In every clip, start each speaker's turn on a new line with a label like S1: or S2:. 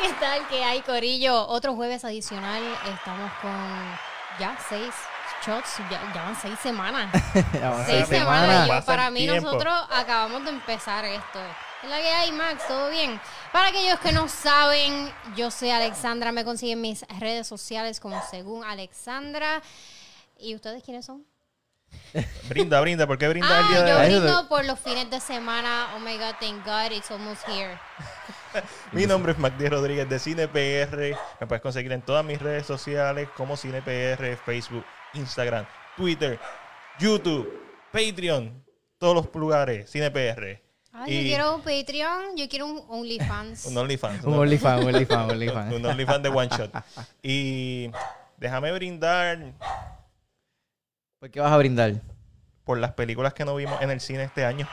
S1: ¿Qué tal que hay, Corillo? Otro jueves adicional. Estamos con ya seis shots. Ya, ya van seis semanas.
S2: Ya van
S1: seis semanas.
S2: seis semanas.
S1: y yo-
S3: Pasa
S1: para
S3: el
S1: mí
S3: tiempo.
S1: nosotros acabamos de empezar esto. Es la que hay, Max, todo bien. Para aquellos que no saben, yo soy Alexandra. Me consiguen mis redes sociales como según Alexandra. ¿Y ustedes quiénes son?
S3: Brinda, brinda, ¿por qué brinda el día
S1: Ah,
S3: de
S1: yo
S3: hoy?
S1: brindo por los fines de semana. Oh my God, thank God, it's almost here.
S3: Mi nombre es Magdiel Rodríguez de CinePR. Me puedes conseguir en todas mis redes sociales como CinePR, Facebook, Instagram, Twitter, YouTube, Patreon, todos los lugares, CinePR.
S1: Ay,
S3: Y
S1: yo quiero un Patreon, yo quiero un OnlyFans.
S3: un OnlyFans.
S2: Un
S3: ¿no?
S2: OnlyFans, un OnlyFans, un
S3: Un
S2: OnlyFans.
S3: OnlyFans de One Shot. Y déjame brindar
S2: ¿Por qué vas a brindar?
S3: por las películas que no vimos en el cine este año.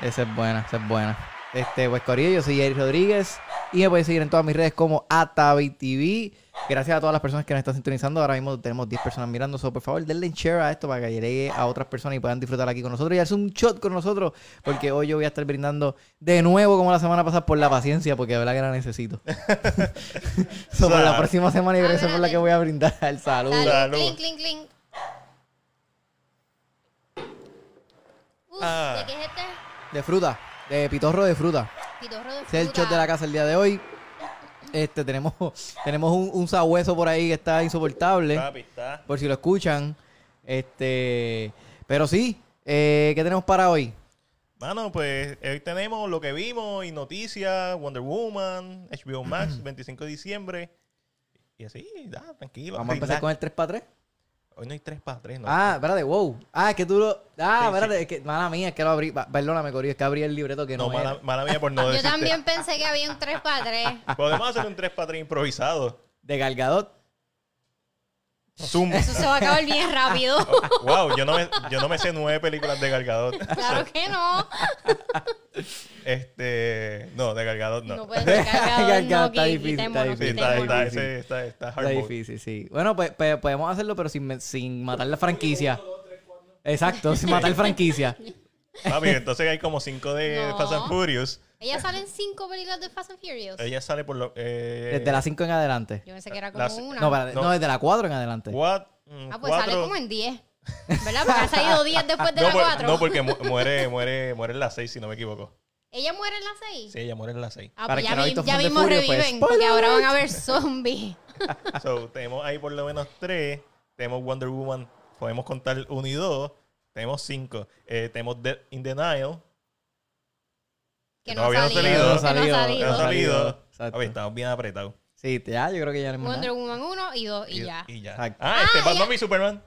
S2: Esa es buena, esa es buena. Este, pues Corillo, yo soy Jerry Rodríguez y me pueden seguir en todas mis redes como AtaviTV. Gracias a todas las personas que nos están sintonizando. Ahora mismo tenemos 10 personas mirando. So, por favor, denle share a esto para que llegue a otras personas y puedan disfrutar aquí con nosotros y hacer un shot con nosotros. Porque hoy yo voy a estar brindando de nuevo, como la semana pasada, por la paciencia, porque de verdad que la necesito. so, por la próxima semana y gracias por la que voy a brindar. Salud.
S1: Salud.
S3: Salud.
S1: Clink, clink, clink. Uf,
S3: Ah.
S1: ¿De qué es este?
S2: De fruta, de pitorro de fruta.
S1: Pitorro de
S2: Ese es el
S1: fruta.
S2: shot de la casa el día de hoy. Este, tenemos, tenemos un, un sabueso por ahí que está insoportable.
S3: Papi, está.
S2: Por si lo escuchan. Este. Pero sí, eh, ¿qué tenemos para hoy?
S3: Mano, pues hoy tenemos lo que vimos y noticias, Wonder Woman, HBO Max, 25 de diciembre. Y así, da, tranquilo.
S2: Vamos a empezar
S3: relax.
S2: con el 3x3.
S3: Hoy no hay 3 para 3, ¿no?
S2: Ah, espérate, wow. Ah, es que tú lo. Ah,
S3: Sí,
S2: espérate,
S3: sí.
S2: es que. Mala mía, es que lo abrí. pa- Perdóname, Corillo, es que abrí el libreto que no.
S3: no, mala,
S2: era.
S3: mala mía por no
S1: Yo
S3: decirte.
S1: también pensé que había un 3 para 3.
S3: Podemos hacer un 3 para 3 improvisado.
S2: De Galgadot.
S3: Zoom.
S1: Eso se va a acabar bien rápido.
S3: wow, yo no, me, yo no me sé nueve películas de Gargadot.
S1: Claro que no.
S3: Este, no, de Gargadot no.
S1: No puede ser cargado.
S2: Cargado,
S1: no,
S2: está
S1: qui-
S2: difícil, está
S1: quitémonos,
S3: Sí,
S2: difícil.
S3: está,
S1: quitémonos.
S3: está, ese, está, está hard
S2: Está
S3: mode.
S2: difícil, sí. Bueno, pues, pues podemos hacerlo, pero sin, men- sin matar la franquicia. Exacto, sin matar franquicia.
S3: Eh. Papi, entonces hay como 5 de
S1: No.
S3: Fast and Furious.
S1: Ellas salen cinco películas de Fast and Furious.
S3: Ella sale por lo. Eh,
S2: Desde las 5 en adelante.
S1: Yo pensé que era como
S3: Las-
S1: una.
S2: No, espérate, no,
S3: No.
S2: desde la 4 en adelante.
S3: What? Mm,
S1: ah, pues sale
S3: cuatro-
S1: como en 10. ¿Verdad? Porque ha salido 10 después de
S3: no,
S1: la
S3: por-
S1: 4.
S3: no, porque mu- muere, muere, muere en las 6, si no me equivoco.
S1: ¿Ella muere en la 6?
S3: Sí, ella muere en las 6.
S1: Ah,
S2: Para
S1: pues
S2: el
S1: ya,
S2: que no ha
S1: vi-
S2: visto
S1: ya
S2: Fast and
S1: mismo
S2: Furious, pues,
S1: reviven,
S2: spoiler
S1: porque ahora van
S2: alert.
S1: a ver zombies.
S3: So, tenemos ahí por lo menos 3. Tenemos Wonder Woman, podemos contar 1 y 2. Tenemos 5. tenemos Dead in the Nile.
S1: Que
S3: Que
S1: no ha
S3: todavía no ha
S1: salido.
S3: salido.
S1: que no ha
S2: Sí, no
S3: Ya ha
S1: salido.
S2: ha salido.
S3: salido.
S2: Exacto.
S3: Oye, estamos bien apretados.
S2: Sí, ya, yo creo que ya no hay más
S1: Wonder
S2: nada.
S1: Woman 1 y 2 y, ya.
S3: Ah,
S2: Exacto.
S3: este
S1: Ah,
S3: Batman y Superman.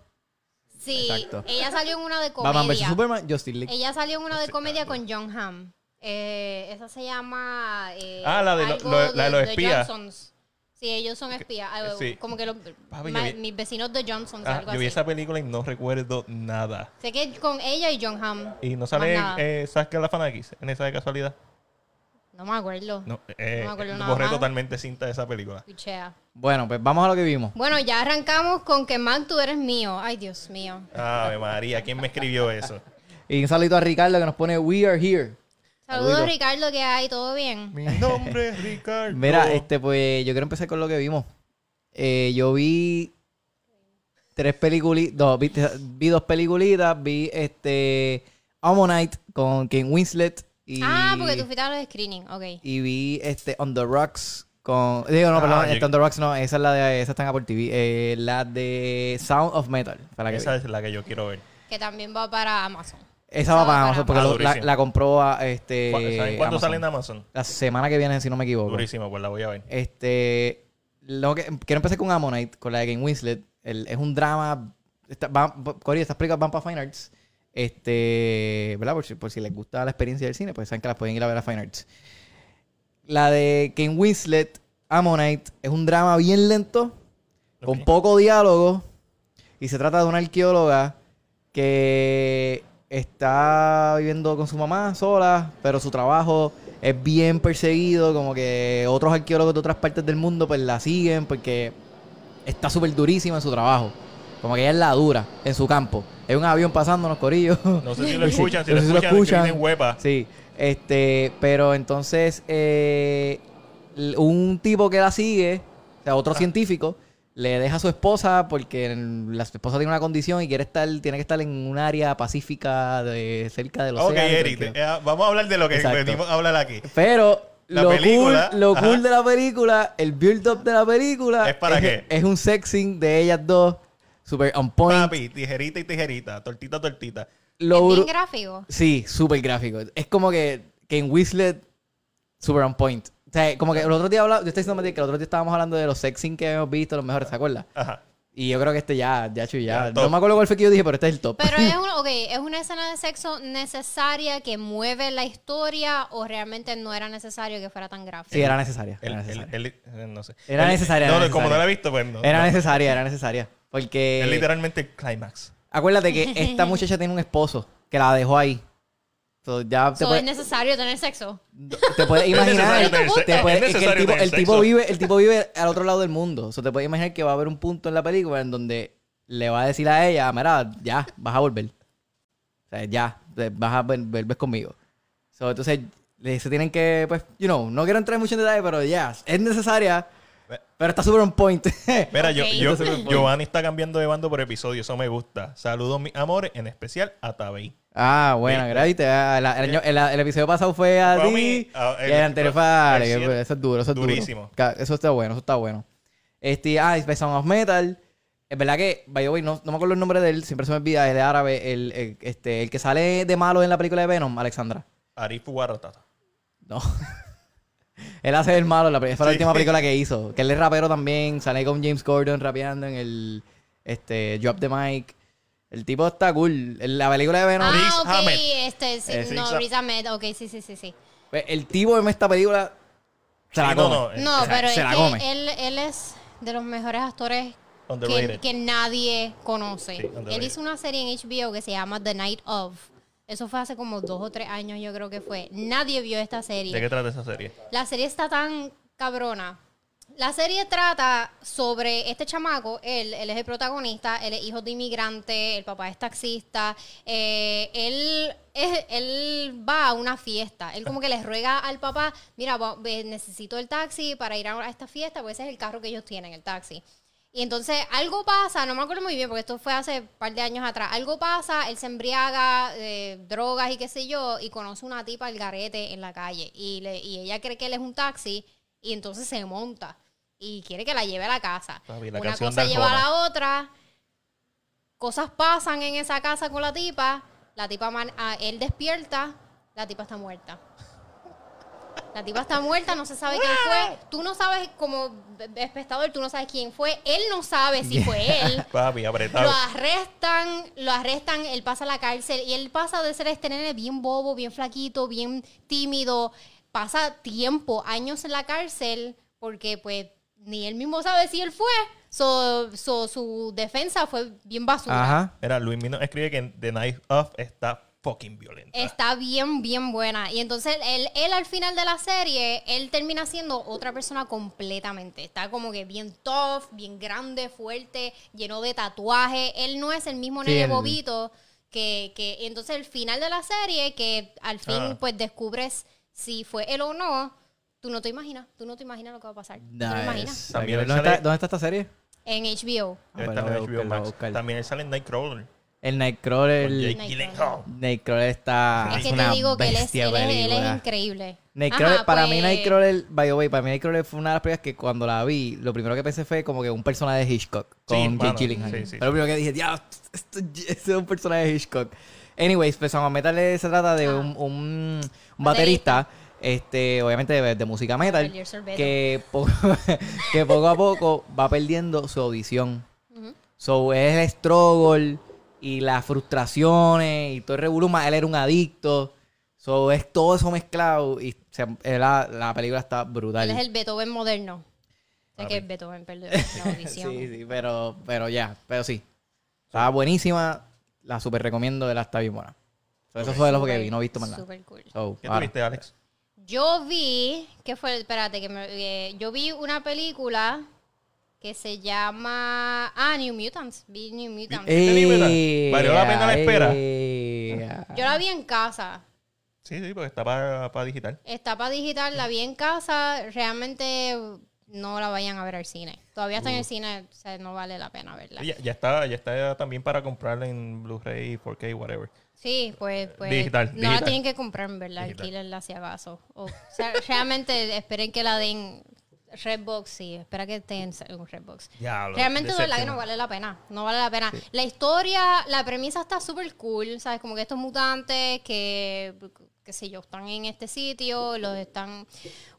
S1: sí,
S2: Exacto.
S1: ella salió en una de
S2: Batman vs
S1: comedia.
S2: Superman, Justin League.
S1: Ella salió en una de
S3: Sí,
S1: comedia
S3: claro.
S1: con John Hamm. Eh, esa se llama... eh,
S3: Ah, la de lo-
S1: algo
S3: lo- la de los espías. eh,
S1: Johnsons. Sí, ellos son espías. Ah,
S3: sí.
S1: Como que los,
S3: Papi,
S1: ma-
S3: yo vi-
S1: mis vecinos de Johnsons,
S3: Ah,
S1: algo
S3: yo vi
S1: así.
S3: esa película y no recuerdo nada.
S1: Sé que es con ella y John Hamm.
S3: Y no
S1: Más
S3: sale
S1: nada.
S3: eh, Saskia Lafanakis en esa de casualidad.
S1: No me acuerdo.
S3: No, eh,
S1: No me acuerdo
S3: eh,
S1: nada
S3: borré
S1: más.
S3: totalmente cinta de esa película.
S1: Pichea.
S2: Bueno, pues vamos a lo que vimos.
S1: Bueno, ya arrancamos con que Mac, tú eres mío. Ay, Dios mío.
S3: Ave María, ¿quién me escribió eso?
S2: Y un saludito a Ricardo que nos pone We Are Here.
S1: Saludos,
S2: Saludos.
S1: Ricardo, que hay? ¿Todo bien?
S3: Mi nombre es Ricardo.
S2: Mira, este, pues yo quiero empezar con lo que vimos. Eh, yo vi tres películas, dos, vi, vi dos peliculitas, vi este Ammonite con King Winslet y,
S1: Ah, porque tú fuiste a los screening. Ok.
S2: y vi este On the Rocks con digo no,
S3: Ah,
S2: perdón,
S3: yo-
S2: este On the Rocks no, esa es la de esa está en Apple TV, eh, la de Sound of Metal, para que
S3: Esa
S2: veas.
S3: es la que yo quiero ver.
S1: Que también va para Amazon. esa
S2: esa va
S1: va
S2: para
S1: para
S2: Amazon porque
S3: Amazon.
S2: lo-
S3: Ah,
S2: la,
S3: durísimo.
S2: la compró a, este
S3: ¿Cu- ¿Saben cuándo
S2: Amazon.
S3: sale en Amazon?
S2: La semana que viene si no me equivoco.
S3: Durísimo, pues la voy a ver.
S2: Este. Lo que, quiero empezar con Ammonite, con la de Game Winslet. El- es un drama. Está, va- va- Cory, estas películas van para Fine Arts. Este. ¿Verdad? Por si, por si les gusta la experiencia del cine, pues saben que las pueden ir a ver a Fine Arts. La de Game Winslet, Ammonite, es un drama bien lento, con
S3: Ok.
S2: poco diálogo. Y se trata de una arqueóloga que está viviendo con su mamá sola, pero su trabajo es bien perseguido, como que otros arqueólogos de otras partes del mundo pues la siguen porque está súper durísima en su trabajo. Como que ella es la dura en su campo. Es un avión pasando unos corillos.
S3: No sé si lo
S2: Sí,
S3: escuchan, si
S2: no
S3: lo
S2: sé si lo
S3: escuchan,
S2: escuchan.
S3: escuchan. huepa.
S2: Sí, este, pero entonces eh, l- un tipo que la sigue, o sea, otro científico, le deja a su esposa porque en- la esposa tiene una condición y quiere estar, tiene que estar en un área pacífica de cerca del
S3: Ok,
S2: océano.
S3: Eric,
S2: tranquilo.
S3: eh, vamos a hablar de lo que
S2: Exacto.
S3: venimos a hablar aquí.
S2: Pero
S3: La
S2: lo,
S3: película,
S2: cool, lo
S3: ajá.
S2: cool de la película, el build-up de la película...
S3: ¿Es para qué?
S2: Es un sexing de ellas dos, super on point.
S3: Papi, tijerita y tijerita, tortita, tortita.
S2: Lo
S1: es bien
S2: bru-
S1: gráfico.
S2: Sí, súper gráfico. Es como que Ken Whistlet, super on point. O sea, como que el otro día hablaba, yo estoy diciendo Matías, que el otro día estábamos hablando de los sex scenes que hemos visto, los mejores, ¿se acuerdas?
S3: Ajá.
S2: Y yo creo que este ya, ya, chu, ya.
S3: Ya,
S2: no
S3: top.
S2: me acuerdo cuál fue que yo dije, pero este es el top.
S1: Pero es, un- ok, es una escena de sexo necesaria que mueve la historia o realmente no era necesario que fuera tan gráfico.
S2: sí, era necesaria.
S3: El-
S2: era
S3: el-
S2: necesaria.
S3: el- eh, no sé.
S2: Era
S3: El-
S2: necesaria,
S3: No,
S2: era
S3: no, como no
S2: necesaria.
S3: la he visto, pues no.
S2: era
S3: no.
S2: necesaria, era necesaria. Porque.
S3: Es literalmente el clímax.
S2: Acuérdate que esta muchacha tiene un esposo que la dejó ahí. So, ya te,
S1: So,
S2: puede-
S1: ¿Es necesario tener sexo?
S2: te puedes imaginar.
S3: necesario tener se-
S2: te puede-
S3: es
S2: es que el
S3: necesario
S2: tipo,
S3: tener
S2: el tipo
S3: sexo.
S2: vive, el tipo vive al otro lado del mundo. O sea, te puedes imaginar que va a haber un punto en la película en donde le va a decir a ella, mira, ya, vas a volver. O sea, ya, te- vas a ven- vuelves conmigo. So, entonces, le- se tienen que, pues, you know, no quiero entrar mucho en detalle, pero ya, es necesaria. Pero está super on point.
S3: Mira,
S1: Ok.
S3: yo,
S2: Entonces,
S3: yo, Giovanni está cambiando de bando por episodio, eso me gusta. Saludos, mis amores, en especial a Tabey. Eh,
S2: ah, bueno,
S3: Viste.
S2: gravite. ah, la- el, año- el- el episodio pasado fue a
S3: Fue a
S2: ti
S3: eh, mí, a-
S2: y
S3: el-
S2: el anterior fue a Ale,
S3: recién.
S2: Eso es duro, eso es
S3: Durísimo.
S2: duro. Ca- Eso está bueno, eso está bueno. Este, ah, y Sound of Metal. Es verdad que, by the way, no, no me acuerdo el nombre de él, siempre se me olvida, el árabe, el, el- este, el que sale de malo en la película de Venom, Alexandra.
S3: Arif Guarratata.
S2: No. él hace el malo, en la, pe- fue la
S3: Sí.
S2: última película que hizo. Que él es rapero también, sale con James Gordon rapeando en el este, Drop the Mic. El tipo está cool. En La película de Venom.
S1: ah,
S3: Riz
S1: ok,
S3: Ahmed.
S1: este, sí,
S2: Eh, sí,
S1: no,
S3: exacto.
S1: Riz Ahmed, ok, sí, sí, sí, sí.
S2: Pues, El tipo en esta película se la
S3: Sí, no,
S2: come.
S3: no, eh,
S1: No,
S2: se la-
S1: pero
S2: se
S1: es
S2: la
S1: que
S2: come.
S1: Él, él es de los mejores actores que,
S3: Underrated.
S1: que nadie conoce.
S3: Sí, underrated.
S1: él hizo una serie en HBO que se llama The Night of. Eso fue hace como dos o tres años, yo creo que fue. Nadie vio esta serie.
S3: ¿De qué trata esa serie?
S1: La serie está tan cabrona. La serie trata sobre este chamaco, él, él es el protagonista, él es hijo de inmigrante, el papá es taxista, eh, él, es- él va a una fiesta, él como que les ruega al papá, mira, va- ve, necesito el taxi para ir a a esta fiesta, porque ese es el carro que ellos tienen, el taxi. Y entonces algo pasa, no me acuerdo muy bien porque esto fue hace un par de años atrás. Algo pasa, él se embriaga, eh, drogas y qué sé yo, y conoce una tipa al garete en la calle. Y, le- y ella cree que él es un taxi, y entonces se monta y quiere que la lleve a la casa.
S3: Papi, la
S1: una
S3: canción
S1: cosa
S3: de
S1: lleva a
S3: Arjona.
S1: la otra, cosas pasan en esa casa con la tipa, la tipa, aman- ah, él despierta, la tipa está muerta. La tipa está muerta, no se sabe quién fue. Tú no sabes, como espectador, tú no sabes quién fue. Él no sabe si fue él.
S3: Papi,
S1: Lo
S3: apretado.
S1: arrestan, lo arrestan, él pasa a la cárcel y él pasa de ser este nene bien bobo, bien flaquito, bien tímido. Pasa tiempo, años en la cárcel, porque pues ni él mismo sabe si él fue. So, so, su defensa fue bien basura.
S2: Ajá.
S3: Mira, Luis Mino escribe que The Night of está fucking violenta.
S1: Está bien, bien buena. Y entonces él, él al final de la serie, él termina siendo otra persona completamente. Está como que bien tough, bien grande, fuerte, lleno de tatuaje. Él no es el mismo
S2: Sí,
S1: nene
S2: el-
S1: bobito que, que... y Entonces el final de la serie, que al fin
S3: Ah.
S1: pues descubres si fue él o no, tú no te imaginas. Tú no te imaginas lo que va a pasar. Tú no te imaginas.
S2: Nice.
S3: También
S2: ¿Dónde,
S3: sale-
S2: está, dónde está esta serie?
S1: En HBO.
S3: Debe
S2: Ah,
S3: estar
S2: bueno,
S3: en
S2: voy a
S3: HBO
S2: buscarla, voy a
S3: Max.
S2: buscarla.
S3: También él sale en Nightcrawler.
S2: El Nightcrawler.
S3: con Jake
S1: Nightcrawler.
S3: Gyllenhaal.
S2: Nightcrawler está.
S1: Es que
S2: Ah, una
S1: te digo que él es,
S2: bestia
S1: él es- él es
S2: película.
S1: increíble.
S2: Nightcrawler,
S1: Ajá,
S2: para mí
S1: pues,
S2: Nightcrawler, by the way, para mí Nightcrawler fue una de las películas que cuando la vi, lo primero que pensé fue como que un personaje de Hitchcock con
S3: Sí,
S2: Jake
S3: mano.
S2: Gyllenhaal.
S3: Sí, sí.
S2: Fue lo primero que dije, ya, esto, esto es un personaje de Hitchcock. Anyways, pues a Metal se trata de
S1: Ajá.
S2: un, un- un
S1: Baterista.
S2: baterista, este, obviamente de, de música metal,
S1: Javier Sorbeto.
S2: que, po- que poco a poco va perdiendo su audición.
S1: Ujú.
S2: So, es el struggle y las frustraciones y todo el revolú, más Él era un adicto. So, es todo eso mezclado y se- eh, la, la película está brutal.
S1: Él es el Beethoven moderno. Sé que es Beethoven, perdón, la audición.
S2: Ah, pues. sí, sí, pero, pero ya, pero sí. Está buenísima. La super recomiendo, de está bien buena. So, eso fue de lo que vi, no he visto más nada.
S1: Súper cool.
S2: So,
S3: ¿Qué
S2: ahora.
S3: tuviste, Alex?
S1: Yo vi, que fue, espérate, que me, eh, yo vi una película que se llama, ah, New Mutants, vi New
S2: eh,
S1: Mutants.
S3: Eh, ¿Valió la pena la espera?
S2: ea.
S1: Yo la vi en casa.
S3: Sí, sí, porque está para, para digital.
S1: Está para digital, la vi en casa. Realmente no la vayan a ver al cine. Todavía está en
S2: Uh.
S1: el cine, o sea, no vale la pena verla.
S3: Sí, Ya, ya está, ya está también para comprarla en Blu-ray, 4K, whatever.
S1: Sí, pues, pues
S3: Digital,
S1: no la
S3: digital.
S1: tienen que comprar, en verdad,
S3: Digital.
S1: alquilenla si acaso. O, o sea, realmente esperen que la den Redbox, sí, espera que esté en un Redbox.
S3: Diablo,
S1: realmente de verdad que no
S3: decepcionante.
S1: vale la pena, no vale la pena. La historia, la premisa está súper cool, ¿sabes? Como que estos mutantes que, qué sé yo, están en este sitio, los están,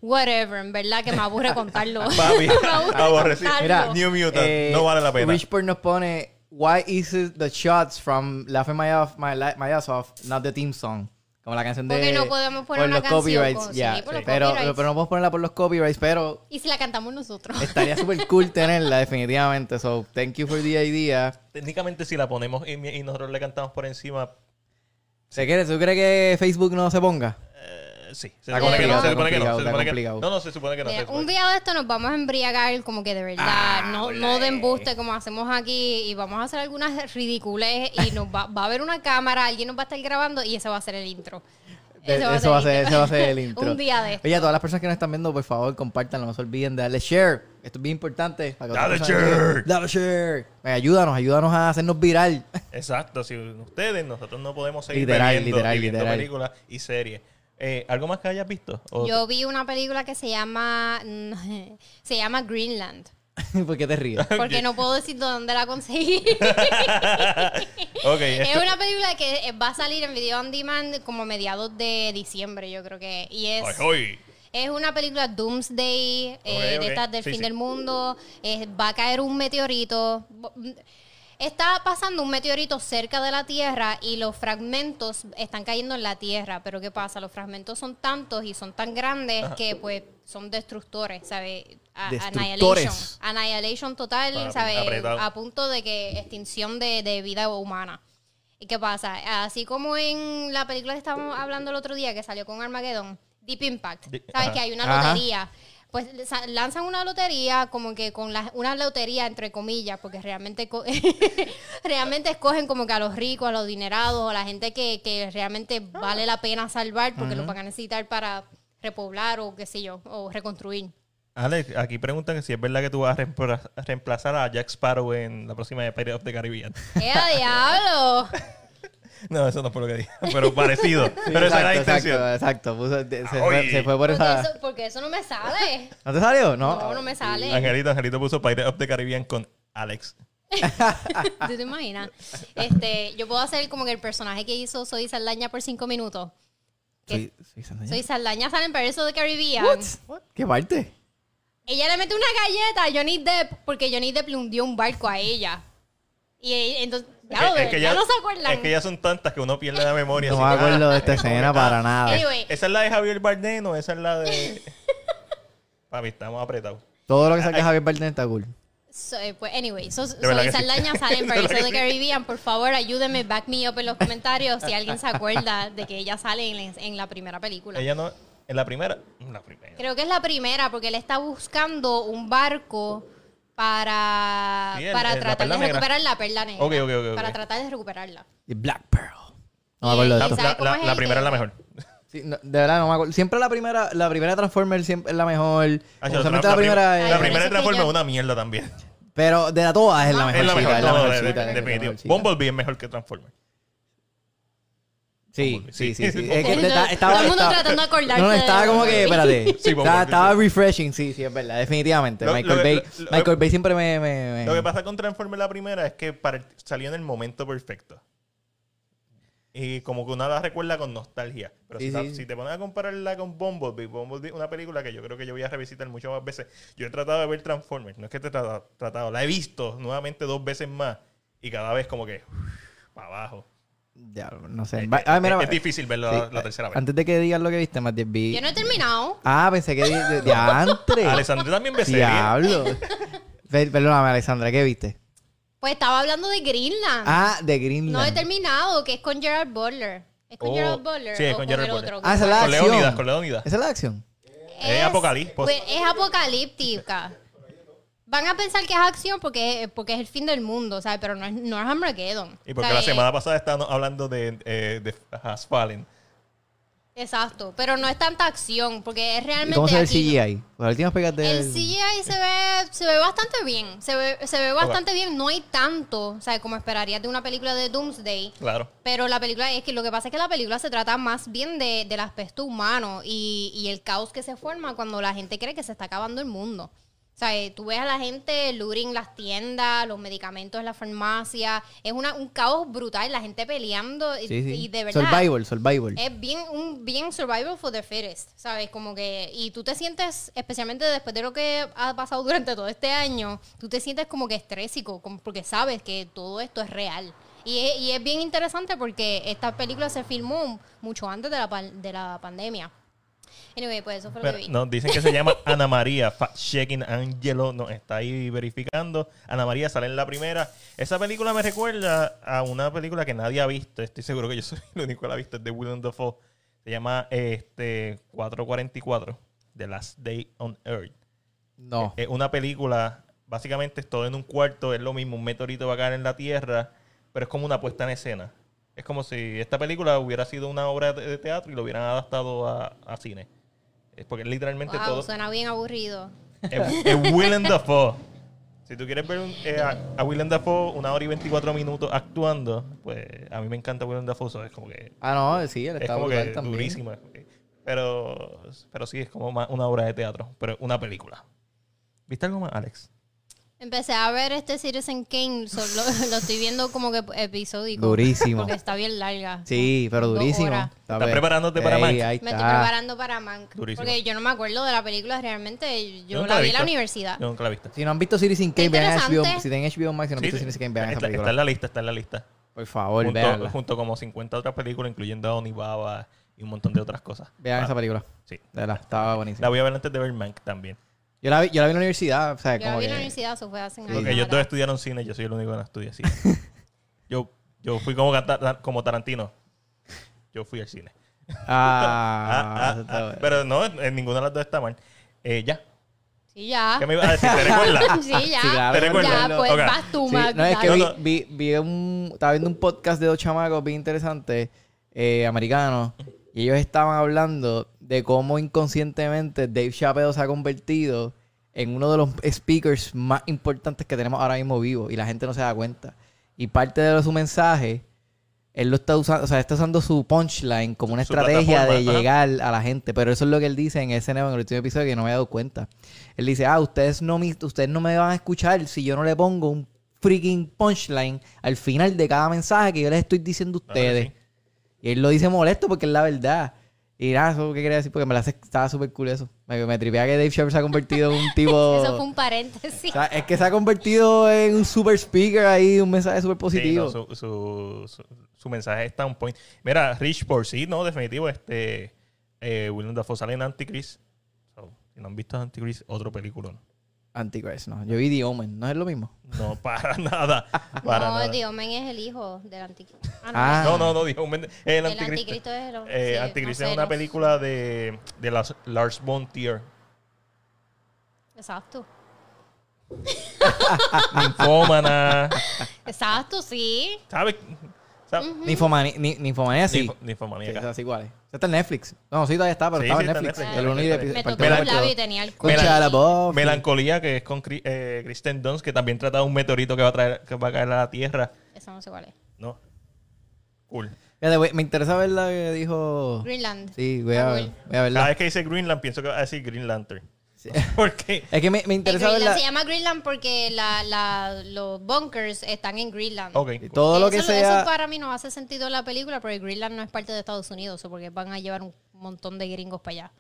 S1: whatever, en verdad que me aburre contarlo.
S3: Papi,
S1: Me aburre
S3: aborrecido.
S1: contarlo.
S2: Mira, eh,
S3: New Mutant, no vale la pena.
S2: Richport nos pone Why is it the shots from Laughing My, Off, my, Li- my Ass Off, not the team song? Como la canción de...
S1: Porque no podemos poner
S2: por
S1: una
S2: los
S1: canción
S2: copyrights,
S1: con- sí,
S2: ya.
S1: por los
S2: pero,
S1: copyrights.
S2: pero no podemos ponerla por los copyrights, pero
S1: Y si la cantamos nosotros.
S2: estaría súper cool tenerla definitivamente. So, thank you for the idea.
S3: Técnicamente, si la ponemos y, y nosotros le cantamos por encima,
S2: ¿Se quiere? ¿Tú crees que Facebook no se ponga?
S3: eh, sí. Se
S2: Está
S3: supone que no,
S2: complicado,
S3: se supone que no.
S2: complicado, está
S3: Se supone que no.
S2: complicado.
S3: No, no, se supone que no. se
S1: Mira,
S3: supone
S1: un
S3: que-
S1: día de esto nos vamos a embriagar como que de verdad, no, no de embuste como hacemos aquí y vamos a hacer algunas ridicules y nos va, va a haber una cámara, alguien nos va a estar grabando y ese va a ser el intro.
S2: De-
S1: Ese
S2: eso, va a ser,
S1: el
S2: ese va a ser el
S1: intro.
S2: intro.
S1: Un día de esto.
S2: Oye, a todas las personas que nos están viendo, por favor, compártanlo. No se olviden de darle share. Esto es bien importante. para que otras
S3: Dale
S2: personas
S3: share.
S2: lleguen. Dale share. Ven, ayúdanos, ayúdanos a hacernos viral.
S3: Exacto, si ustedes, nosotros no podemos seguir
S2: Literal,
S3: bebiendo
S2: literal,
S3: y viendo
S2: literal.
S3: películas y series. Eh, ¿Algo más que hayas visto?
S2: Oh.
S3: ¿O-
S1: Yo vi una película que se llama se llama Greenland.
S2: ¿Por qué te ríes?
S1: Porque no puedo decir de dónde la conseguí.
S3: Ok,
S1: es
S3: esto-
S1: una película que eh, va a salir en video on demand como mediados de diciembre, yo creo que. Y es.
S3: Ay, ay.
S1: Es una película Doomsday, eh,
S3: Ok, ok.
S1: de estas del
S3: Sí,
S1: fin
S3: sí.
S1: del mundo. eh, va a caer un meteorito. Bo- mm, Está pasando un meteorito cerca de la Tierra y los fragmentos están cayendo en la Tierra. Pero ¿qué pasa? Los fragmentos son tantos y son tan grandes que pues son destructores, ¿sabes? A-
S2: Destructores.
S1: Annihilation. Annihilation total,
S3: Papi,
S1: ¿sabes?
S3: apretado.
S1: A punto de que extinción de, de vida humana. ¿Y qué pasa? Así como en la película que estábamos hablando el otro día que salió con Armageddon, Deep Impact,
S3: Di-
S1: ¿sabes?
S3: ajá.
S1: Que hay una
S2: Ajá.
S1: lotería. Pues sa- lanzan una lotería como que con la- una lotería entre comillas, porque realmente co- realmente escogen como que a los ricos, a los dinerados, a la gente que, que realmente vale la pena salvar porque los van a necesitar para repoblar o qué sé yo, o reconstruir.
S3: Alex, aquí preguntan que si es verdad que tú vas a reempla- reemplazar a Jack Sparrow en la próxima de Pirates of the Caribbean.
S1: ¡Eh, a diablo!
S3: No, eso no fue lo que dije, pero parecido. pero esa era la
S2: exacto,
S3: intención. Ah,
S2: exacto, exacto. Puso- se, se
S3: Ay.
S2: fue, se fue por
S1: Porque
S2: esa.
S1: eso, porque eso no me sale.
S2: ¿No te salió? No.
S1: No, no me sale.
S3: Angelito, Angelito puso Pirates of the Caribbean con Alex. Ah.
S1: ¿Tú te imaginas? Este, yo puedo hacer como que el personaje que hizo Soy Saldaña por cinco minutos.
S2: Soy, soy Sandaña.
S1: Soy Saldaña sale en Pirates de Caribbean.
S2: What? ¿Qué parte?
S1: Ella le mete una galleta a Johnny Depp porque Johnny Depp le hundió un barco a ella. Y eh, entonces, ya, lo
S3: Es- es
S1: ven,
S3: que
S1: ya
S3: ya-
S1: no se acuerdan.
S3: Es que ya son tantas que uno pierde la memoria.
S2: No me
S3: así que,
S2: acuerdo
S3: ah,
S2: de esta
S3: es como
S2: escena
S3: que, ah,
S2: para nada.
S1: Anyway,
S3: Esa es la de Javier Bardem o esa es la de... Papi, estamos apretados.
S2: Todo lo que saca Javier Bardem está cool.
S1: so- eh, pues, anyway, so-
S3: verdad
S1: Soy
S3: que sí.
S1: Saldaña sale en
S3: De verdad
S1: Pirates de
S3: que sí.
S1: Caribbean. Por favor, ayúdenme, back me up en los comentarios si alguien se acuerda de que ella sale en, la- en la primera película.
S3: Ella no... En la primera... En la primera.
S1: Creo que es la primera, porque él está buscando un barco para,
S3: Sí, el-
S1: para
S3: el- la
S1: tratar
S3: perla
S1: de
S3: negra.
S1: recuperar la perla negra.
S3: Ok, ok, ok, ok.
S1: Para tratar de recuperarla.
S2: Y Black Pearl. No me acuerdo de
S1: Y-
S3: La,
S2: esto.
S1: ¿sabes
S3: la-
S1: cómo
S3: la-
S1: es
S3: la
S1: el
S3: primera es la
S1: que-
S3: mejor.
S2: Sí, no, de verdad, no me acuerdo. Siempre la primera, la primera Transformer siempre es la mejor.
S3: Ah,
S2: Usualmente
S3: la,
S2: la, primera
S3: prim-
S2: es-
S3: la
S1: Ay,
S3: primera
S1: eso
S3: de
S1: sí
S3: Transformers
S1: ya-
S3: es una mierda también.
S2: Pero de la todas
S1: Ah.
S2: es la mejor.
S3: Es la mejor.
S2: es la
S3: no, de-
S2: mejorcita,
S3: de-
S2: es la
S3: definitivo.
S2: mejorcita.
S3: Bumblebee es mejor que Transformers.
S2: Sí, sí, sí. sí.
S3: Sí,
S2: Es que
S1: Todo-
S2: está- estaba,
S1: todo el mundo
S2: estaba-
S1: tratando de acordarse.
S2: No, no,
S1: de-
S2: estaba como que, espérate.
S3: Sí,
S2: estaba,
S3: Bumblebee,
S2: estaba
S3: sí.
S2: refreshing, sí, sí, es verdad, definitivamente.
S3: Lo- lo
S2: Michael
S3: que-
S2: Bay,
S3: lo- lo-
S2: Michael Bay siempre me... me- me-
S3: Lo que pasa con Transformers la primera es que para el- salió en el momento perfecto. Y como que uno la recuerda con nostalgia. Pero
S2: Sí,
S3: si, la-
S2: sí.
S3: si te pones a compararla con Bumblebee, Bumblebee es una película que yo creo que yo voy a revisitar muchas más veces. Yo he tratado de ver Transformers, no es que te he tratado, tratado, la he visto nuevamente dos veces más. Y cada vez como que para abajo.
S2: Ya, no sé.
S3: Eh,
S2: Va- ah,
S3: eh,
S2: mira,
S3: es, difícil verla
S2: sí, eh,
S3: la, la tercera vez.
S2: Antes de que digas lo que viste, Matías, vi...
S1: Yo no he terminado.
S2: Ah, pensé que... di- De, de antes.
S3: Alessandra Ah, también ve series.
S2: Diablo. Per- Perdóname, Alexandra, ¿qué viste?
S1: Pues estaba hablando de Greenland.
S2: Ah, de Greenland.
S1: no he terminado, que es con Gerard Butler. ¿Es con
S3: Oh,
S1: Gerard Butler?
S3: sí, es
S1: o
S3: con Gerard
S1: el
S3: Butler.
S1: otro?
S2: Ah, esa es la
S3: Con
S2: acción.
S3: Leónidas, con Leónidas.
S2: Esa es la acción.
S3: Es apocalip-
S1: pues, es apocalíptica. Van a pensar que es acción porque, porque es el fin del mundo, ¿sabes? Pero no es, no es Armageddon.
S3: Y porque
S1: O sea,
S3: la
S1: eh,
S3: semana pasada estábamos hablando de, eh, de Has Fallen.
S1: Exacto, pero no es tanta acción, porque es
S2: ¿Y
S1: realmente.
S2: cómo se ve el
S1: aquí.
S2: CGI? Las últimas pegas de...
S1: El CGI se ve, se ve bastante bien. Se ve, se ve bastante bien. No hay tanto, o sea, como esperarías de una película de Doomsday.
S3: Claro.
S1: Pero la película, es que lo que pasa es que la película se trata más bien de, del aspecto humano y, y el caos que se forma cuando la gente cree que se está acabando el mundo. O sea, eh, tú ves a la gente luring las tiendas, los medicamentos en la farmacia. Es una, un caos brutal, la gente peleando y,
S2: Sí, sí.
S1: y de verdad. Eh,
S2: Survival, survival.
S1: Es bien, un bien survival for the fittest, ¿sabes? Como que, y tú te sientes, especialmente después de lo que ha pasado durante todo este año, tú te sientes como que estrésico, como- porque sabes que todo esto es real. Y es, y es bien interesante porque esta película se filmó mucho antes de la, pan- de la pandemia. Anyway, pues eso fue lo
S3: Pero,
S1: que vi.
S3: no, dicen que se llama Ana María, Fact Checking Angelo, nos está ahí verificando. Ana María sale en la primera. Esa película me recuerda a una película que nadie ha visto, estoy seguro que yo soy el único que la ha visto, es de William Dafoe. Se llama este, 444, The Last Day on Earth.
S2: No.
S3: Es una película, básicamente es todo en un cuarto, es lo mismo, un meteorito va a caer en la Tierra, pero es como una puesta en escena. Es como si esta película hubiera sido una obra de de teatro y lo hubieran adaptado a, a cine. Es porque literalmente
S1: Wow,
S3: todo
S1: suena bien aburrido.
S3: es, es Willem Dafoe. Si tú quieres ver un- eh, a, a Willem Dafoe una hora y 24 minutos actuando, pues a mí me encanta Willem Dafoe, so es como que
S2: Ah, no, sí, él
S3: es
S2: está
S3: como
S2: brutal
S3: que
S2: también.
S3: durísima. Pero, pero sí, es como más una obra de teatro, pero una película. ¿Viste algo más, Alex?
S1: Empecé a ver este Citizen Kane, so- lo, lo estoy viendo como que episódico.
S2: Durísimo.
S1: Porque está bien larga.
S2: Sí, pero
S1: Dos
S2: durísimo.
S1: horas.
S2: Está
S3: ¿Estás
S2: bien.
S3: preparándote para
S2: Ey,
S3: Mank?
S2: ahí
S1: Me estoy
S2: está.
S1: preparando para Mank.
S3: Durísimo.
S1: Porque yo no me acuerdo de la película realmente.
S3: Yo
S1: Yo la
S3: nunca la he
S1: vi en la
S3: visto.
S1: universidad.
S3: Yo nunca la he visto.
S2: Si no han visto Citizen Kane, vean
S1: interesante.
S2: HBO. Si tienen HBO Max, si no han
S3: Sí,
S2: visto
S3: sí.
S2: Citizen Kane, vean esa
S3: está,
S2: película.
S3: está en la lista, está en la lista.
S2: Por favor,
S3: Junto,
S2: veanla.
S3: junto como 50 otras películas, incluyendo a Onibaba y un montón de otras cosas.
S2: Vean
S3: Ah,
S2: esa película.
S3: Sí.
S2: De verdad, estaba buenísima.
S3: La voy a ver antes de ver Mank también.
S2: Yo la vi, yo la vi en la universidad, o sea,
S1: Yo la
S2: como
S1: vi
S2: que...
S1: en la universidad, eso fue hace años
S3: Porque ellos dos
S1: atrás.
S3: estudiaron cine, yo soy el único que no estudia cine. yo, yo fui como, gata- como Tarantino. Yo fui al cine. Ah,
S2: Ah,
S3: ah,
S2: eso está
S3: ah,
S2: bueno.
S3: pero no, en ninguna de las dos está mal. Eh, ya.
S1: Sí, ya.
S3: ¿Qué me ibas a decir? ¿Te recuerdas?
S1: Ah. sí, ya.
S2: Sí, claro.
S3: ¿Te recuerdas?
S1: Ya, pues
S3: Ok.
S1: vas tú,
S2: Sí,
S1: Mac,
S2: no, es que
S1: dale.
S2: vi,
S3: No, no.
S2: vi- vi un, estaba viendo un podcast de dos chamacos bien interesantes, eh, americanos, y ellos estaban hablando de cómo inconscientemente Dave Chappelle se ha convertido en uno de los speakers más importantes que tenemos ahora mismo vivo, y la gente no se da cuenta. Y parte de su mensaje, él lo está usando, o sea, está usando su punchline como una
S3: Su
S2: estrategia de
S3: plataforma, ajá.
S2: llegar a la gente, pero eso es lo que él dice en ese nuevo, en el último episodio que no me había dado cuenta. Él dice, ah, ustedes no, me, ustedes no me van a escuchar si yo no le pongo un freaking punchline al final de cada mensaje que yo les estoy diciendo a
S3: Claro que
S2: ustedes.
S3: Ah, sí.
S2: Y él lo dice molesto porque es la verdad. Y nada, eso que quería decir porque me la hace, estaba súper cool eso. Me, me tripea que Dave Chappelle se ha convertido en un tipo...
S1: Eso fue un
S2: o
S1: paréntesis.
S2: sea, es que se ha convertido en un super speaker ahí, un mensaje súper positivo.
S3: Sí, no, su, su, su, su mensaje está un point. Mira, Rich por sí, no, definitivo. Este, eh, William Dafoe sale en Antichrist. So, si no han visto Antichrist, otro película.
S2: Antichrist, no. Yo vi The Omen, no es lo mismo.
S3: No, para nada. Para
S1: no,
S3: nada.
S1: Diomen es el hijo del anticristo. Ah, no.
S2: Ah,
S3: No, no, no, dijo un- el
S1: el
S3: Anticristo.
S1: anticristo es el
S3: Eh,
S1: sí,
S3: Anticristo
S1: no
S3: es
S1: sé,
S3: una
S1: no-
S3: película de, de las- Lars von Trier.
S1: Exacto.
S3: Ninfómana.
S1: Exacto, sí.
S3: ¿Sabes? ¿Sabes?
S2: Ninfomani- ni- Ninfomanía sí.
S3: Ninfo-
S2: Sí,
S3: Ninfomaníaca.
S2: esas iguales. Eso está en Netflix. No, sí, todavía está, pero
S3: Sí,
S2: estaba
S3: sí,
S2: en
S3: está en
S2: Netflix.
S1: Netflix.
S2: El
S1: Ah,
S2: único pues, epi-
S3: está en
S1: Me
S2: parte
S1: tocó
S2: uno y
S1: un labio y
S2: dos.
S1: tenía el
S2: Concha
S3: Melan-
S2: de la voz.
S3: Melancolía, que es con Cri- eh, Kristen Dunst, que también trata de un meteorito que va a, traer, que va a caer a la Tierra.
S1: Eso no sé cuál es.
S3: No. Cool.
S2: Fíjate, güey, Me interesa ver la que dijo.
S1: Greenland.
S2: Sí, voy a,
S1: Ah, cool.
S2: voy a
S3: Cada
S2: verla.
S3: vez que dice Greenland pienso que va a decir Green Lantern. ¿Por qué?
S2: Es que me, me
S1: Eh,
S2: interesa
S1: Greenland
S2: verla.
S1: se llama Greenland porque la, la, los bunkers están en Greenland.
S3: Ok.
S2: Todo lo que
S1: eso, eso
S2: sea.
S1: para mí no hace sentido en la película porque Greenland no es parte de Estados Unidos, o porque van a llevar un montón de gringos para allá.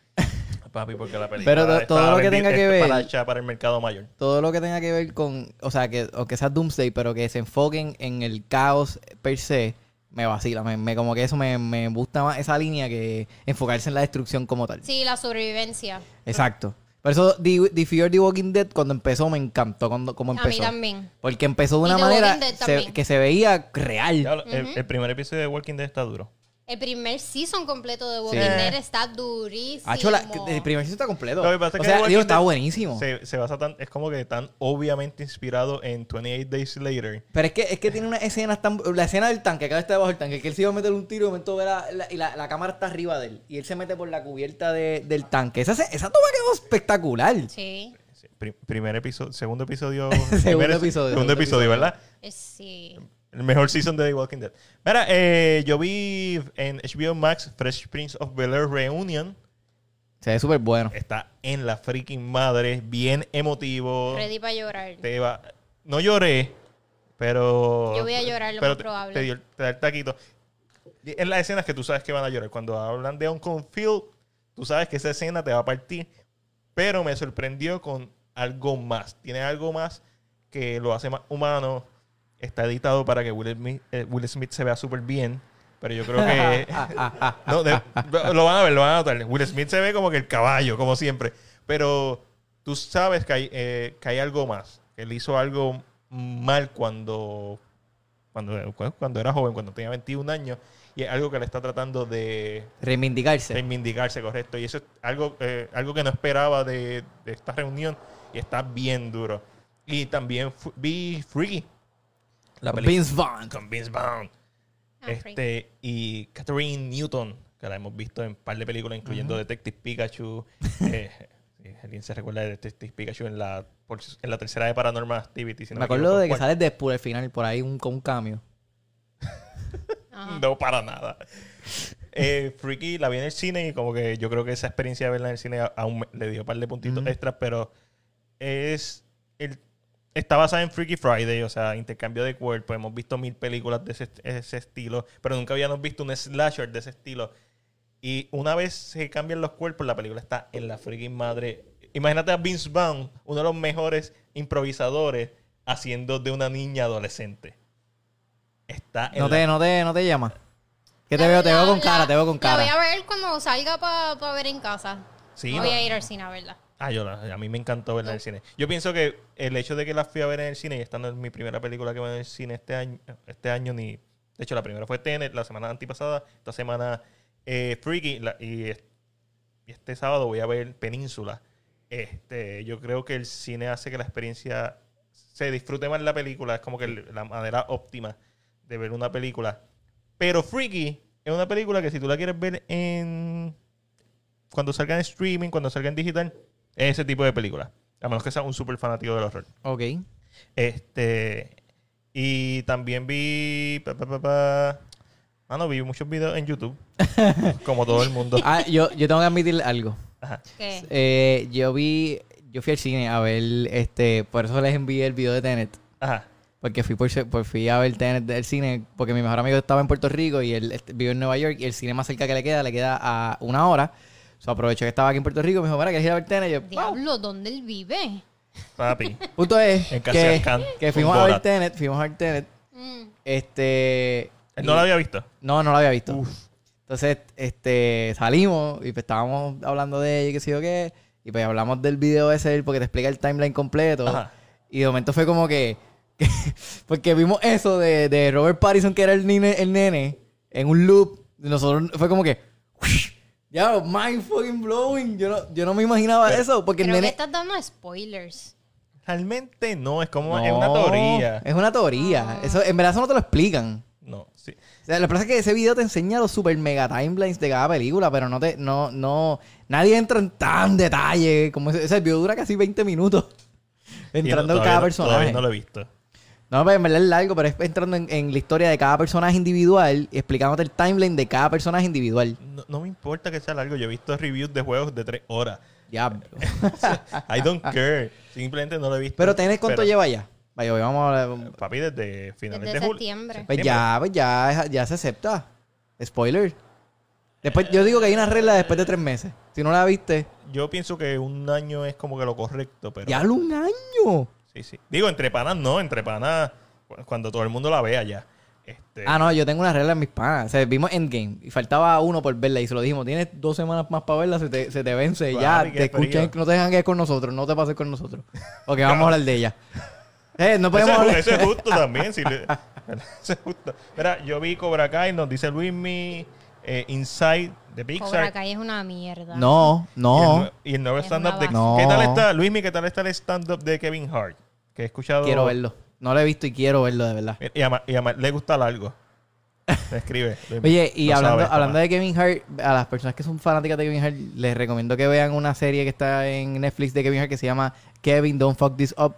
S3: Papi, porque la película
S2: Pero to-
S3: está
S2: todo lo que
S3: vendi-
S2: tenga que
S3: es
S2: ver-
S3: Para, echar para el mercado mayor.
S2: Todo lo que tenga que ver con. O sea, que aunque sea Doomsday, pero que se enfoquen en el caos per se. Me vacila. Me, me- como que eso me, me gusta más esa línea que enfocarse en la destrucción como tal.
S1: Sí, la sobrevivencia.
S2: Exacto. Por eso The, The Fear The Walking Dead cuando empezó me encantó cuando, como
S1: A
S2: empezó.
S1: mí también.
S2: Porque empezó de una
S1: Y The Walking
S2: manera
S1: Dead
S2: se-
S1: también.
S2: que se veía real.
S3: Ya lo- el, el primer episodio de Walking Dead está duro.
S1: El primer season completo de Walking
S2: Sí.
S1: Dead está durísimo.
S2: Hacho, la- el primer season está completo.
S3: Lo que pasa es
S2: o
S3: que
S2: sea,
S3: Walking
S2: digo, está
S3: Dead
S2: buenísimo.
S3: Se, se basa tan, es como que tan obviamente inspirado en 28 Days Later.
S2: Pero es que, es que tiene una escena tan... La escena del tanque, que ahora está debajo del tanque, que él se iba a meter un tiro y de momento ve la, la- y la, la cámara está arriba de él. Y él se mete por la cubierta de- del tanque. Esa, se- esa toma quedó espectacular.
S1: Sí,
S3: Sí, pri- Primer episodio, segundo episodio. primer-
S2: Segundo episodio,
S3: Segundo
S2: segundo episodio.
S3: episodio, ¿verdad?
S1: es- sí.
S3: El mejor season de The Walking Dead. Mira, eh, yo vi en HBO Max Fresh Prince of Bel Air Reunion.
S2: Se ve súper bueno.
S3: Está en la freaking madre, bien emotivo.
S1: Ready para llorar.
S3: Oh. Te va- No lloré, pero.
S1: Yo voy a llorar, lo
S3: pero
S1: más
S3: te-
S1: probable.
S3: Te, dio- te da el taquito. Y En las escenas que tú sabes que van a llorar. Cuando hablan de Unconfilled, tú sabes que esa escena te va a partir. Pero me sorprendió con algo más. Tiene algo más que lo hace más humano. Está editado para que Will Smith, eh, Will Smith se vea súper bien. Pero yo creo que. No, de- lo van a ver, lo van a notar. Will Smith se ve como que el caballo, como siempre. Pero tú sabes que hay, eh, que hay algo más. Él hizo algo mal cuando, cuando, cuando era joven, cuando tenía 21 años. Y es algo que le está tratando de
S2: Reivindicarse.
S3: reivindicarse, correcto. Y eso es algo, eh, algo que no esperaba de, de esta reunión. Y está bien duro. Y también fu- vi Freaky. La película
S2: Vince Vaughn.
S3: con Vince Vaughn.
S1: Ah, Frank.
S3: Este, y Catherine Newton, que la hemos visto en un par de películas, incluyendo Detective Pikachu. eh, si alguien se recuerda de Detective Pikachu en la, por- en la tercera de Paranormal Activity. si no
S2: Me acuerdo
S3: equivoco.
S2: de que
S3: Bueno,
S2: sale Deadpool al final, por ahí un, con un cambio.
S1: Ajá.
S3: No, para nada. Eh, Freaky la vi en el cine y como que yo creo que esa experiencia de verla en el cine aún me- le dio un par de puntitos
S2: Ujú.
S3: extras, pero es el, está basada en Freaky Friday, o sea, intercambio de cuerpo. Hemos visto mil películas de ese, ese estilo, pero nunca habíamos visto un slasher de ese estilo. Y una vez se cambian los cuerpos, la película está en la freaking madre. Imagínate a Vince Vaughn, uno de los mejores improvisadores, haciendo de una niña adolescente. Está en
S2: No
S3: la
S2: te, no te, no te llama. Que te
S1: La-
S2: veo, te
S1: la-
S2: veo con
S1: la-
S2: cara, te veo con
S1: La
S2: cara.
S1: voy a ver cuando salga para ver en casa.
S3: Sí,
S1: no
S3: no.
S1: voy a ir al cine a verla.
S3: Ah, yo la- a mí me encantó verla en el cine. Yo pienso que el hecho de que la fui a ver en el cine, y esta no es mi primera película que veo en el cine este año, este año ni... De hecho, la primera fue Tenet, la semana antipasada, esta semana eh, Freaky, la- y, es- y este sábado voy a ver Península. Este, yo creo que el cine hace que la experiencia se disfrute más la película, es como que el- la manera óptima de ver una película. Pero Freaky es una película que si tú la quieres ver en cuando salga en streaming, cuando salga en digital, es ese tipo de película. A menos que sea un super fanático del horror.
S2: Ok.
S3: Este. Y también vi. Pa, pa, pa, pa. Ah, no, vi muchos videos en YouTube. como todo el mundo.
S2: Ah, yo, yo tengo que admitir algo.
S3: Ajá.
S1: ¿Qué?
S2: Eh, yo vi, yo fui al cine a ver, este, por eso les envié el video de Tenet.
S3: Ajá.
S2: Porque fui, por, por- fui a ver Tenet del cine, porque mi mejor amigo estaba en Puerto Rico y él este, vive en Nueva York y el cine más cerca que le queda, le queda a una hora. O sea, aprovecho que estaba aquí en Puerto Rico y me dijo, mira, ¿quieres ir a ver Tenet? Y yo, "Wow".
S1: Diablo, ¿dónde él vive?
S3: Papi.
S2: Punto es
S3: En
S2: que,
S3: Casiacán,
S2: que
S3: con
S2: fuimos a ver
S3: Borat.
S2: Tenet, fuimos a ver Tenet,
S1: Mm.
S2: este...
S3: Él No
S2: y-
S3: la había visto.
S2: No, no lo había visto. Entonces, este, salimos y pues estábamos hablando de ella y qué sé yo qué. Y pues hablamos del video ese porque te explica el timeline completo.
S3: Ajá.
S2: Y de momento fue como que... que- porque vimos eso de, de Robert Pattinson, que era el nene, el nene, en un loop. Y nosotros fue como que... Ya, mind fucking blowing. Yo no, yo no me imaginaba
S3: Pero-
S2: eso. Porque el
S1: Creo que
S2: nene...
S1: estás dando spoilers.
S3: Realmente no, es como.
S2: No,
S3: Es una teoría.
S2: Es una
S1: Ah.
S2: teoría. Eso, en verdad eso no te lo explican.
S3: No, sí.
S2: O sea, lo que pasa es que ese video te enseña los super mega timelines de cada película, pero no te, no, no, nadie entra en tan detalle como ese, ese video dura casi 20 minutos. Entrando
S3: Y
S2: en cada
S3: no- todavía no-
S2: personaje.
S3: Todavía no
S2: No,
S3: lo he visto.
S2: pero en verdad es largo, pero es entrando en, en la historia de cada personaje individual y explicándote el timeline de cada personaje individual.
S3: No, no me importa que sea largo. Yo he visto reviews de juegos de tres horas.
S2: Ya.
S3: I don't care. Simplemente no lo he visto.
S2: pero tenés cuánto
S3: Pero-
S2: lleva ya. Vaya, hoy vamos a hablar-
S3: Papi, desde finales
S1: Desde
S3: de julio.
S1: septiembre.
S2: Pues ya, pues ya, ya se acepta. Spoiler. Después, yo digo que hay una regla después de tres meses. Si no la viste,
S3: Yo pienso que un año es como que lo correcto, pero.
S2: ya un año.
S3: Sí, sí. Digo, entre panas no, entre panas cu- cuando todo el mundo la vea ya. Este,
S2: Ah, no, yo tengo una regla en mis panas. O sea, vimos Endgame y faltaba uno por verla y se lo dijimos, tienes dos semanas más para verla, se te, se te vence
S3: Papi,
S2: ya,
S3: qué
S2: te escuchen,
S3: frío.
S2: no te dejan que con nosotros, no te pases con nosotros. Porque vamos a hablar de ella. Eh, no podemos
S3: eso, es,
S2: hablar.
S3: eso es justo también. si le- eso es justo. Mira, yo vi Cobra Kai, nos dice Luismi. eh, Inside de Pixar.
S1: Cobra Kai es una mierda.
S2: No,
S3: Y el
S2: no.
S3: nue- Y el, nuevo
S1: Es
S3: stand-up
S1: una
S3: de...
S2: basura.
S3: ¿Qué
S2: No.
S3: tal está, Luismi, qué tal está el stand-up de Kevin Hart? Que he escuchado...
S2: Quiero verlo. No lo he visto y quiero verlo de verdad.
S3: Y a, Ma- y a Ma- le gusta largo. Me escribe. Luismi.
S2: Oye, y
S3: No
S2: hablando,
S3: sabe, está
S2: hablando
S3: mal.
S2: de Kevin Hart, a las personas que son fanáticas de Kevin Hart, les recomiendo que vean una serie que está en Netflix de Kevin Hart que se llama Kevin Don't Fuck This Up.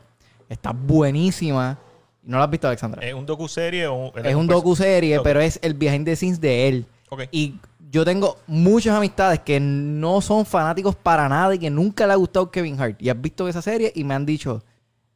S2: Está buenísima. ¿No la has visto, Alexandra?
S3: ¿Es un docu-serie o un,
S2: es un docu-serie,
S3: Ok.
S2: pero es el behind the scenes de él.
S3: Ok.
S2: Y yo tengo muchas amistades que no son fanáticos para nada y que nunca le ha gustado Kevin Hart. Y has visto esa serie y me han dicho,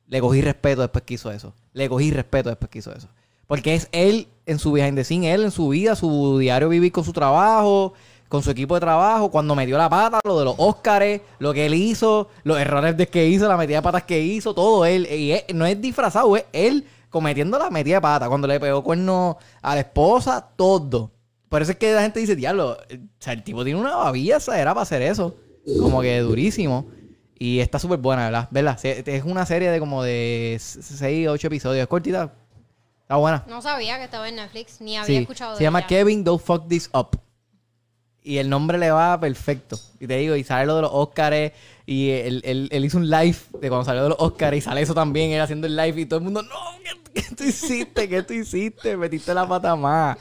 S2: le cogí respeto después que hizo eso. Le cogí respeto después que hizo eso. Porque es él en su behind the scenes, él en su vida, su diario vivir con su trabajo, con su equipo de trabajo, cuando metió la pata, lo de los Óscares, lo que él hizo, los errores de que hizo, la metida de patas que hizo, todo él. Y es- no es disfrazado, es él cometiendo la metida de pata, cuando le pegó cuerno a la esposa, todo. Por eso es que la gente dice, diablo, eh, o sea, el tipo tiene una babilla, era para hacer eso. Como que durísimo. Y está súper buena, ¿verdad? ¿Verdad? Se- Es una serie de como de 6 o 8 episodios. Es cortita. Está buena.
S1: No sabía que estaba en Netflix, ni había
S2: Sí.
S1: escuchado de
S2: Se llama
S1: ella.
S2: Kevin Don't Fuck This Up. Y el nombre le va perfecto. Y te digo, y sale lo de los Oscars. Y él, él- él hizo un live de cuando salió de los Oscars. Y sale eso también, él haciendo el live. Y todo el mundo, no, ¿qué, qué tú hiciste? ¿Qué tú hiciste? Metiste la pata más.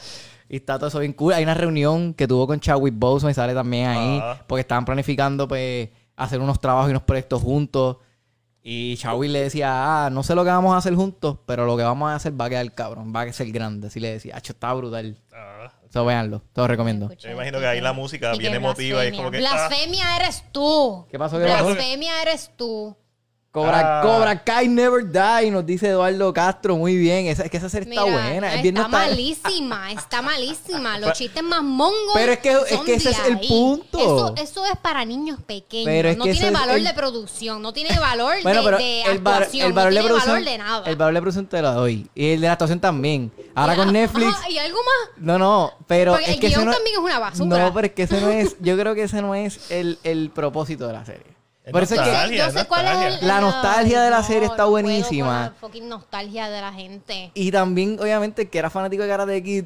S2: Y está todo eso bien cool. Hay una reunión que tuvo con Chadwick Boseman. Y sale también ahí.
S3: Ah.
S2: Porque estaban planificando, pues, hacer unos trabajos y unos proyectos juntos. Y Chadwick le decía, ah, no sé lo que vamos a hacer juntos, pero lo que vamos a hacer va a quedar cabrón, va a ser grande. Así le decía, acho, está brutal.
S3: Ah,
S2: Eso véanlo, te lo recomiendo.
S1: Escucha,
S3: Yo me imagino que ahí la música
S1: y que
S3: bien emotiva y es como que, ah.
S1: Blasfemia eres tú.
S2: ¿Qué pasó? ¿Qué pasó?
S1: Blasfemia eres tú.
S2: Cobra,
S3: Ah.
S2: Cobra Kai Never Die, nos dice Eduardo Castro, muy bien. Esa, es que esa serie
S1: Mira,
S2: está buena. es bien
S1: está
S2: nostálgica.
S1: malísima, está malísima. Los chistes más mongos.
S2: Pero es que- es
S1: son
S2: que ese
S1: de
S2: es el
S1: ahí.
S2: punto.
S1: Eso, eso es para niños pequeños.
S2: Pero es
S1: no
S2: que
S1: tiene
S2: ese es
S1: valor
S2: el-
S1: de producción, no tiene valor
S2: Bueno,
S1: de,
S2: pero
S1: de
S2: el, bar-
S1: actuación,
S2: el valor
S1: no
S2: de
S1: tiene
S2: producción,
S1: valor de nada.
S2: el valor de producción te lo doy. Y el de la actuación también. Ahora
S1: Mira,
S2: con Netflix,
S1: ajá, y algo más.
S2: No, no, pero
S1: Porque
S2: es
S1: el
S2: que ese
S1: guión
S2: no,
S1: también es una basura.
S2: No, pero es que ese no es, yo creo que ese no es el, el propósito de la serie.
S3: Es
S2: Por eso es que
S3: nostalgia.
S1: Yo sé cuál es el-
S2: La nostalgia de la
S1: no,
S2: serie está
S1: no puedo
S2: buenísima.
S1: con la fucking nostalgia de la gente.
S2: y también obviamente el que era fanático de Karate Kid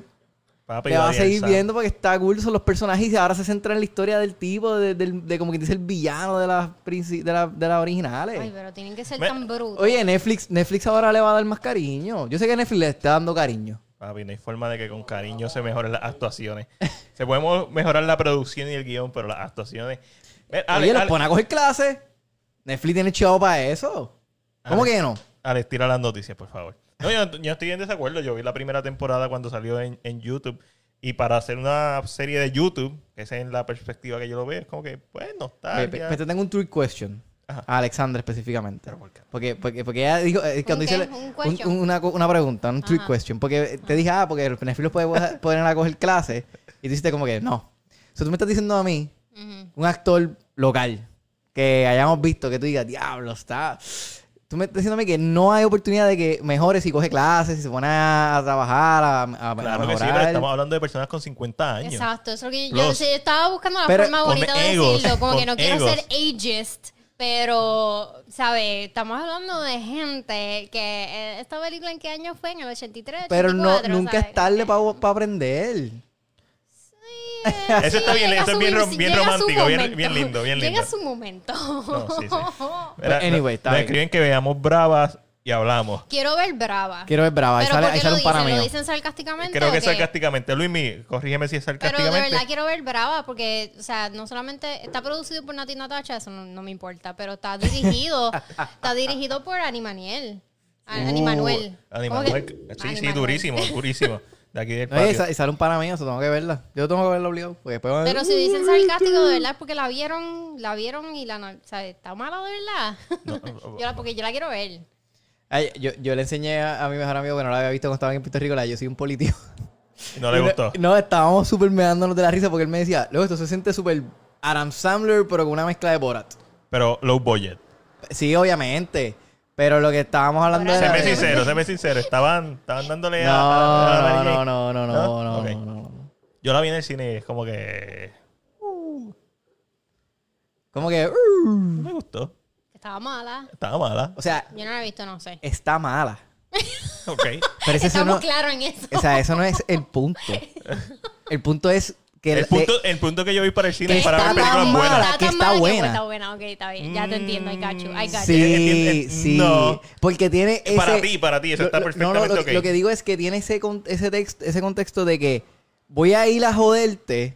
S3: papi,
S2: te va a
S3: Daniel
S2: seguir
S3: San.
S2: viendo porque está cool son los personajes y ahora se centra en la historia del tipo de, del- de como que dice el villano de las princi- de, la- de las originales.
S1: Ay, pero tienen que ser
S3: Me-
S1: tan brutos.
S2: Oye, Netflix, Netflix ahora le va a dar más cariño. Yo sé que Netflix le está dando cariño.
S3: Papi, no hay forma de que con cariño se mejoren las actuaciones. se podemos mejorar la producción y el guión, pero las actuaciones... Ven, Ale,
S2: Oye, los
S3: Ale,
S2: pone a coger clases. Netflix tiene chavo para eso. ¿Cómo
S3: Ale.
S2: que no?
S3: Alex, tira las noticias, por favor. No, yo, yo estoy en desacuerdo. Yo vi la primera temporada cuando salió en, en YouTube. Y para hacer una serie de YouTube, que esa es la perspectiva que yo lo veo, es como que, pues,
S2: Oye, pe-
S3: nostalgia.
S2: pe- te tengo un trick question.
S3: Ajá.
S2: A Alexandra específicamente.
S3: ¿Pero por qué?
S2: Porque, porque, porque ella dijo, eh,
S1: ¿Un
S2: cuando hice
S1: qué?
S2: la-
S1: ¿Un
S2: un-
S1: question?
S2: una, co- una pregunta, un trick
S1: Ajá.
S2: question. Porque eh, te dije, ah, porque los beneficios pueden poder poner a coger clases. Y tú hiciste como que, no. O sea, tú me estás diciendo a mí,
S1: Ujú.
S2: un actor local, que hayamos visto, que tú digas, diablo, está... Tú me estás diciendo a mí que no hay oportunidad de que mejore si coge clases, si se pone a trabajar, a, a- a
S3: Claro que sí, pero
S2: mejorar.
S3: estamos hablando de personas con 50 años.
S1: Exacto, eso es lo que yo, yo
S3: Plus.
S1: decía, yo estaba buscando la
S2: Pero-
S1: forma bonita
S3: Ponme
S1: de
S3: egos,
S1: decirlo, como que
S3: pon
S1: no quiero
S3: egos.
S1: ser ageist, pero, ¿sabes? Estamos hablando de gente que eh, esta película en qué año fue, en el 83,
S2: Pero no,
S1: 84,
S2: nunca
S1: Este ¿sabes?
S2: es tarde para aprender.
S1: Sí, eh,
S3: Eso está bien,
S1: llega
S3: eso es
S1: su-
S3: bien rom-
S1: sí,
S3: bien
S1: llega su
S3: romántico, bien-
S1: momento.
S3: bien lindo, bien lindo.
S1: Llega su momento.
S3: No, sí, sí.
S2: Pero Pues, anyway, está
S3: nos
S2: bien.
S3: escriben que veamos bravas y hablamos.
S1: Quiero ver Brava.
S2: Quiero ver Brava. Ahí
S1: pero
S2: sale,
S1: ¿por
S2: ahí
S1: qué
S2: sale
S1: lo
S2: un pana
S1: dicen?
S2: mío.
S1: ¿Lo dicen sarcásticamente
S3: Creo
S1: o
S3: que
S1: qué?
S3: sarcásticamente. Luismi, corrígeme si es
S1: Pero de
S3: sarcásticamente.
S1: verdad quiero ver Brava porque, o sea, no solamente está producido por Nati Natacha, eso no, no me importa, pero está dirigido, está dirigido por Animaniel. A-
S3: Uh,
S1: Animanuel.
S3: Ani
S1: ¿Cómo
S3: Manuel.
S1: que-
S3: Sí, sí,
S1: Animanuel.
S3: durísimo, durísimo. De aquí del
S2: No, y
S3: patio.
S2: sa- y sale un pana mío, eso tengo que verla. Yo tengo que verla obligado. Porque después van a decir,
S1: Pero si
S3: Uh,
S1: dicen sarcástico, de verdad, es porque la vieron, la vieron y la, no- o sea, está mala de verdad.
S3: No, no, no.
S1: Yo la- porque yo la quiero ver.
S2: Ay, yo, yo le enseñé a, a mi mejor amigo que no la había visto cuando estaba en Puerto Rico, la de yo soy un político.
S3: No le
S2: Y no-
S3: gustó.
S2: No, estábamos súper meándonos de la risa porque él me decía, luego esto se siente súper Adam Sandler, pero con una mezcla de Borat.
S3: Pero low budget.
S2: Sí, obviamente. Pero lo que estábamos hablando
S1: Borat.
S2: era
S3: Séme
S2: de-
S3: sincero, séme sincero. Estaban, estaban dándole a- a. a-
S2: No,
S3: a-
S2: no, no, no, no, no,
S3: Ok.
S2: no, no, no.
S3: Yo la vi en el cine, es como que.
S2: Como que... uh,
S3: No me gustó.
S1: Estaba mala.
S3: Estaba mala.
S2: o sea,
S1: Yo no la he visto, no sé.
S2: está mala.
S3: Ok.
S2: Pero es eso
S1: Estamos
S2: no,
S1: claros en eso.
S2: O sea, eso no es el punto. El punto es que
S3: el,
S2: la-
S3: punto,
S2: eh,
S3: el punto que yo vi para el cine
S2: que
S3: es para ver
S2: está tan
S3: películas buenas.
S2: mala. que está
S1: mala
S2: buena.
S1: está buena, ok, está bien. Ya te entiendo, I got you, I got you.
S2: sí,
S3: entiende-
S2: sí.
S3: eh, no.
S2: Porque tiene ese...
S3: Para ti, para ti, eso
S2: Lo-
S3: está
S2: lo-
S3: perfectamente
S2: no, no, lo,
S3: ok.
S2: lo que digo es que tiene ese, con- ese, texto, ese contexto de que voy a ir a joderte.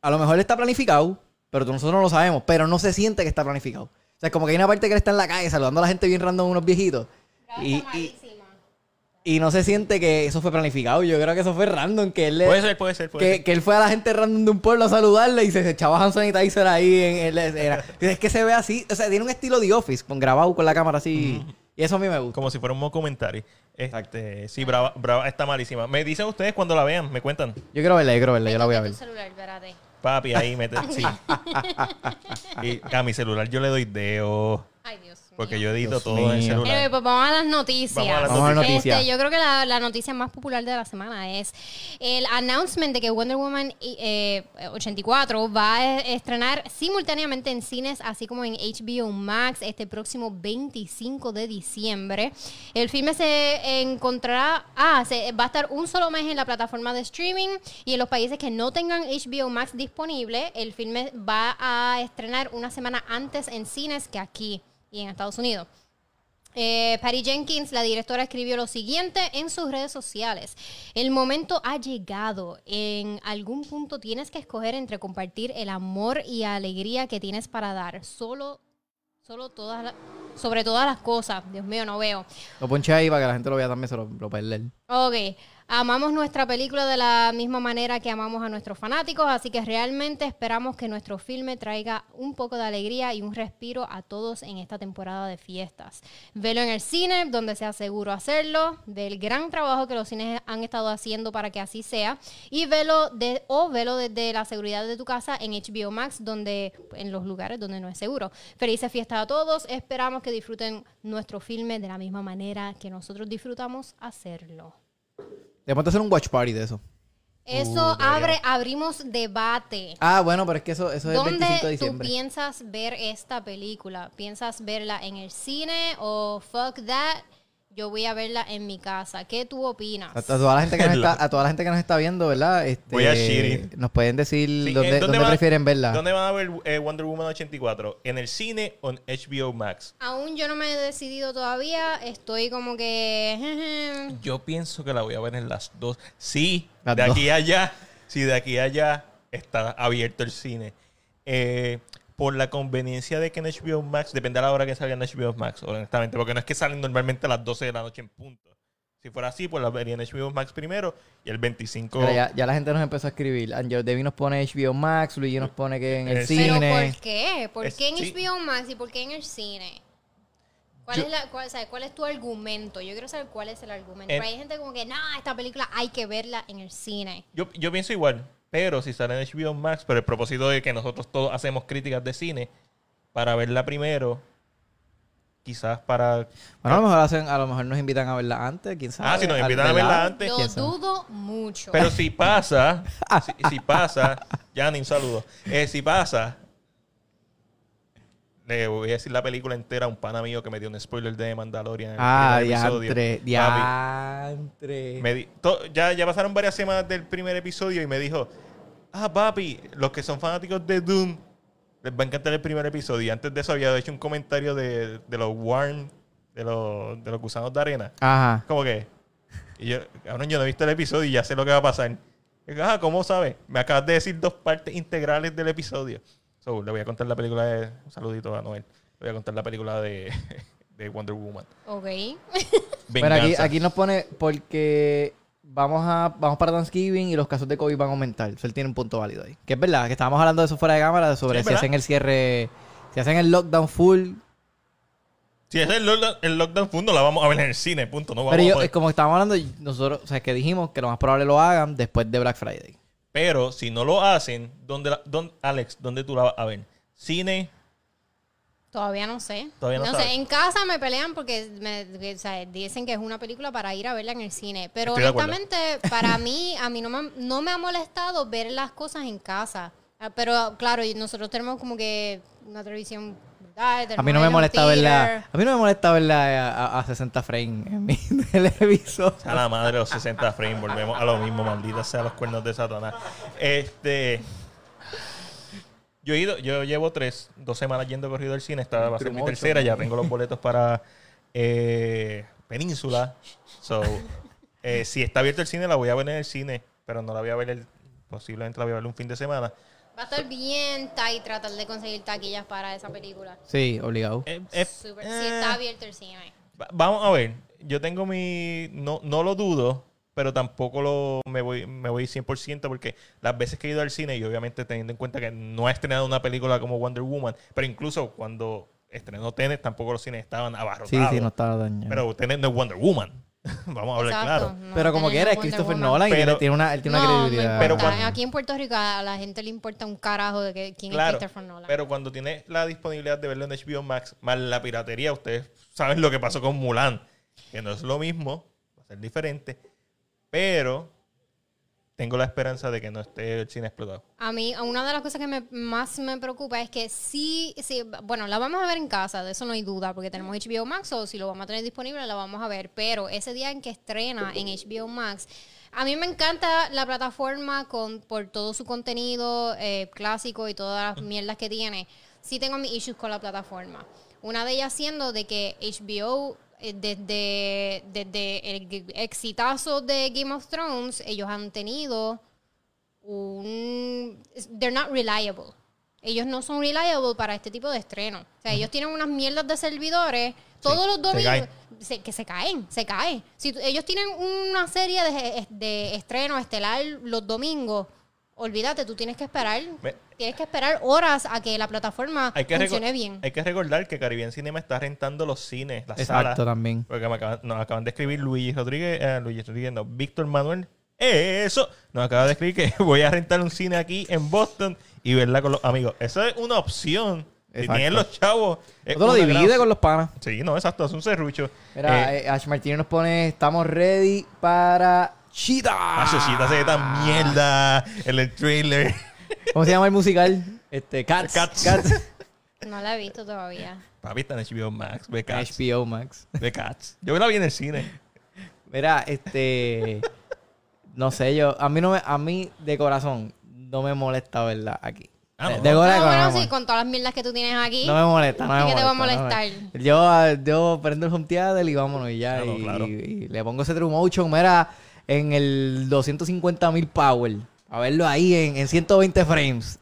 S2: A lo mejor está planificado, pero tú- nosotros no lo sabemos. Pero no se siente que está planificado. O sea, como que hay una parte que él está en la calle saludando a la gente bien random, unos viejitos. Y, y, y no se siente que eso fue planificado. Yo creo que eso fue random. Que él, le-
S3: Puede ser, puede ser, puede
S2: que,
S3: ser.
S2: que él fue a la gente random de un pueblo a saludarle y se, se echaba Hanson y Tyson ahí en, en la escena. Y Es que se ve así. O sea, tiene un estilo de office, con grabado con la cámara así. Y eso a mí me gusta.
S3: Como si fuera un documentario. Este, sí, brava, brava, está malísima. Me dicen ustedes cuando la vean, me cuentan.
S2: Yo quiero verla, yo quiero verla, yo la voy a ver.
S1: Tu celular, espérate.
S3: Papi, ahí mete. Sí. y a mi celular yo le doy deo.
S1: Ay, Dios mío.
S3: Porque yo edito
S2: Dios
S3: todo en el
S2: mío.
S1: Anyway,
S3: celular.
S1: pues vamos a las noticias.
S3: Vamos a las
S2: Vamos a las
S1: Este,
S2: noticias.
S1: yo creo que la, la noticia más popular de la semana es el announcement de que Wonder Woman eh, 84 va a estrenar simultáneamente en cines, así como en HBO Max, este próximo 25 de diciembre. El filme se encontrará, ah, se- va a estar un solo mes en la plataforma de streaming y en los países que no tengan HBO Max disponible, el filme va a estrenar una semana antes en cines que aquí y en Estados Unidos. Eh, Patty Jenkins, la directora, escribió lo siguiente en sus redes sociales. El momento ha llegado. En algún punto tienes que escoger entre compartir el amor y alegría que tienes para dar. Solo, solo todas la- sobre todas las cosas. Dios mío, no veo.
S2: Lo ponché ahí para que la gente lo vea también, se lo, lo puede leer.
S1: Ok. Amamos nuestra película de la misma manera que amamos a nuestros fanáticos, así que realmente esperamos que nuestro filme traiga un poco de alegría y un respiro a todos en esta temporada de fiestas. Velo en el cine, donde sea seguro hacerlo, del gran trabajo que los cines han estado haciendo para que así sea, y velo de, o velo desde la seguridad de tu casa en HBO Max, donde en los lugares donde no es seguro. Felices fiestas a todos, esperamos que disfruten nuestro filme de la misma manera que nosotros disfrutamos hacerlo.
S2: Después de hacer un watch party de eso. Uh,
S1: Eso abre, abrimos debate.
S2: Ah, bueno, pero es que eso, eso es el 25 de
S1: ¿Dónde tú
S2: diciembre.
S1: piensas ver esta película? ¿Piensas verla en el cine o fuck that? Yo voy a verla en mi casa. ¿Qué tú opinas?
S2: A, a toda la gente que nos está, a toda la gente que nos está viendo, ¿verdad? Este,
S3: Voy a Shiri.
S2: Nos pueden decir
S3: Sí,
S2: dónde,
S3: eh,
S2: dónde
S3: van-
S2: prefieren verla.
S3: ¿Dónde van a ver eh, Wonder Woman 84? ¿En el cine o en HBO Max?
S1: Aún yo no me he decidido todavía. Estoy como que...
S3: Yo pienso que la voy a ver en las dos. Sí,
S2: Las
S3: de
S2: dos.
S3: aquí a allá. Si de aquí a allá está abierto el cine. Eh, por la conveniencia de que en HBO Max, depende de la hora que salga en HBO Max, honestamente, porque no es que salen normalmente a las 12 de la noche en punto. Si fuera así, pues la vería en HBO Max primero y el 25
S2: Mira, ya, ya la gente nos empezó a escribir. Angel Devi nos pone HBO Max, Luigi nos pone que en el
S3: Eh, sí.
S1: ¿Pero
S2: cine.
S1: por qué? ¿Por
S3: Es-
S1: qué en
S3: sí.
S1: HBO Max y por qué en el cine? ¿Cuál,
S3: Yo-
S1: es la, cuál, sabe, cuál es tu argumento? Yo quiero saber cuál es el argumento.
S3: En-
S1: Pero hay gente como que, no, esta película hay que verla en el cine.
S3: Yo, yo pienso igual, pero si sale en HBO Max, pero el propósito de que nosotros todos hacemos críticas de cine, para verla primero, quizás para...
S2: Bueno, a lo, mejor hacen, a lo mejor nos invitan a verla antes, quién sabe.
S3: Ah, si nos invitan a verla antes.
S1: Lo
S2: ¿Quién sabe?
S1: dudo mucho.
S3: Pero si pasa, si, si pasa, Yanni, un saludo. Eh, si pasa, le voy a decir la película entera a un pana mío que me dio un spoiler de Mandalorian. en el
S2: Ah,
S3: primer episodio.
S2: diantre,
S3: Papi,
S2: diantre.
S3: Me di- to- ya, ya pasaron varias semanas del primer episodio y me dijo, ah, papi, los que son fanáticos de Doom, les va a encantar el primer episodio. Y antes de eso había hecho un comentario de, de los Warn, de los, de los gusanos de arena.
S2: Ajá.
S3: Como que, y yo, cabrón, yo no he visto el episodio y ya sé lo que va a pasar. Y yo, ah, ¿cómo sabes? Me acabas de decir dos partes integrales del episodio. So, le voy a contar la película de... Un saludito a Noel. Le voy a contar la película de, de Wonder Woman.
S1: Ok.
S2: Pero aquí,
S3: Venganza.
S2: aquí nos pone porque vamos a vamos para Thanksgiving y los casos de COVID van a aumentar. Eso él tiene un punto válido ahí. Que es verdad, que estábamos hablando de eso fuera de cámara,
S3: Sí,
S2: sobre
S3: es
S2: si
S3: verdad.
S2: hacen el cierre, si hacen el lockdown full.
S3: Si es el lockdown, el lockdown full, no la vamos a ver en el cine, punto. No vamos
S2: Pero
S3: a
S2: yo,
S3: poder.
S2: es como estábamos hablando, nosotros, o sea, que dijimos que lo más probable lo hagan después de Black Friday.
S3: Pero si no lo hacen, ¿dónde, la- dónde- Alex, ¿dónde tú la vas a ver? ¿Cine?
S1: Todavía no sé.
S3: Todavía no
S1: sé.
S3: sabes.
S1: En casa me pelean porque me, que, o sea, dicen que es una película para ir a verla en el cine. Pero
S3: Estoy de acuerdo.
S1: honestamente, para mí, a mí no me, no me ha molestado ver las cosas en casa. Ah, Pero claro, y nosotros tenemos como que una televisión Ay,
S2: A mí no me
S1: Terminator,
S2: molesta verla.
S1: Peter.
S2: A mí no me molesta verla a, a- a 60 frames en mi televisor.
S3: A la madre de los 60 frames, volvemos a lo mismo, maldita sea los cuernos de Satanás. Este. Yo he ido, yo llevo tres, dos semanas yendo corrido al cine, esta va a ser mi
S2: Trumocho.
S3: tercera, ya tengo los boletos para eh, Península. So, eh, si está abierto el cine, la voy a ver en el cine, pero no la voy a ver, el- posiblemente la voy a ver un fin de semana.
S1: Va a estar bien tight tratar de conseguir taquillas para esa película.
S2: Sí, obligado.
S3: Eh, eh,
S1: Super,
S3: eh,
S1: Si está abierto el cine.
S3: Va- Vamos a ver, yo tengo mi... No, no lo dudo, pero tampoco lo me voy, me voy 100% porque las veces que he ido al cine y obviamente teniendo en cuenta que no ha estrenado una película como Wonder Woman, pero incluso cuando estrenó Tenet tampoco los cines estaban abarrotados.
S2: Sí, sí, no estaba dañando. Pero,
S3: Pero Tenet no es Wonder Woman. vamos a hablar claro.
S1: no
S2: como
S1: tenemos
S2: quiera, es
S1: Wonder
S2: Christopher
S1: Woman.
S2: Nolan y
S3: Pero-
S2: tiene- tiene una, él tiene una
S1: no,
S2: credibilidad.
S1: No
S3: Pero
S1: pero
S3: cuando-
S1: Aquí en Puerto Rico a la gente le importa un carajo de que, quién
S3: Claro,
S1: es Christopher Nolan.
S3: pero cuando tienes la disponibilidad de verlo en HBO Max, más la piratería, ustedes saben lo que pasó con Mulan, que no es lo mismo, va a ser diferente, pero tengo la esperanza de que no esté el cine explotado.
S1: A mí, una de las cosas que me- más me preocupa es que sí, sí, bueno, la vamos a ver en casa, de eso no hay duda, porque tenemos HBO Max o si lo vamos a tener disponible, la vamos a ver. Pero ese día en que estrena en HBO Max, a mí me encanta la plataforma con, por todo su contenido eh, clásico y todas las mierdas que tiene. Sí tengo mis issues con la plataforma. Una de ellas siendo de que HBO, eh, desde, desde el g- exitazo de Game of Thrones, ellos han tenido un... They're not reliable. Ellos no son reliable para este tipo de estreno. O sea, ellos tienen unas mierdas de servidores todos los
S3: se
S1: domingos
S3: caen.
S1: se- que se caen, se caen. Si tú- ellos tienen una serie de, de estreno estelar los domingos, olvídate, tú tienes que esperar,
S3: Me-
S1: tienes que esperar horas a que la plataforma
S3: Hay que, reco-
S1: funcione bien.
S3: hay que recordar que Caribbean Cinema está rentando los cines, las
S2: Exacto,
S3: salas.
S2: también.
S3: Porque me acaban- nos acaban de escribir Luis Rodríguez, eh, Luis Rodríguez, no, Víctor Manuel. Eso, nos acaba de escribir que voy a rentar un cine aquí en Boston y verla con los amigos. Esa es una opción. Si
S2: Exacto.
S3: tienen los chavos. es
S2: Tú lo
S3: una gran
S2: divide
S3: opción.
S2: con los panas.
S3: Sí, no, exacto, es un serrucho.
S2: Mira,
S3: Eh,
S2: eh, Ash Martínez nos pone, estamos ready para
S3: ah, Yoshita
S2: Cheetah.
S3: se ve tan mierda en el trailer.
S2: ¿Cómo se llama el musical? Este, Cats.
S3: Cats.
S1: No la he visto todavía.
S3: Papi está en HBO Max, ve Cats.
S2: HBO Max.
S3: Ve Cats. Yo la vi en el cine.
S2: Mira, este. no sé, yo. A mí, no me, a mí, de corazón, no me molesta verla aquí.
S3: Ah,
S2: de,
S3: no.
S2: de corazón.
S1: Ah,
S2: no,
S1: bueno,
S2: me
S1: sí,
S2: molesta.
S1: con todas las mierdas que tú tienes aquí.
S2: No me molesta, no me
S1: ¿Y qué te va a
S2: molesta, no me
S1: molestar?
S2: molesta. Yo, ah, yo prendo el home theater y vámonos y ya.
S3: Claro,
S2: y,
S3: claro.
S2: y- y le pongo ese True Motion, mira, en el 250 mil Power. A verlo ahí en, en 120 frames.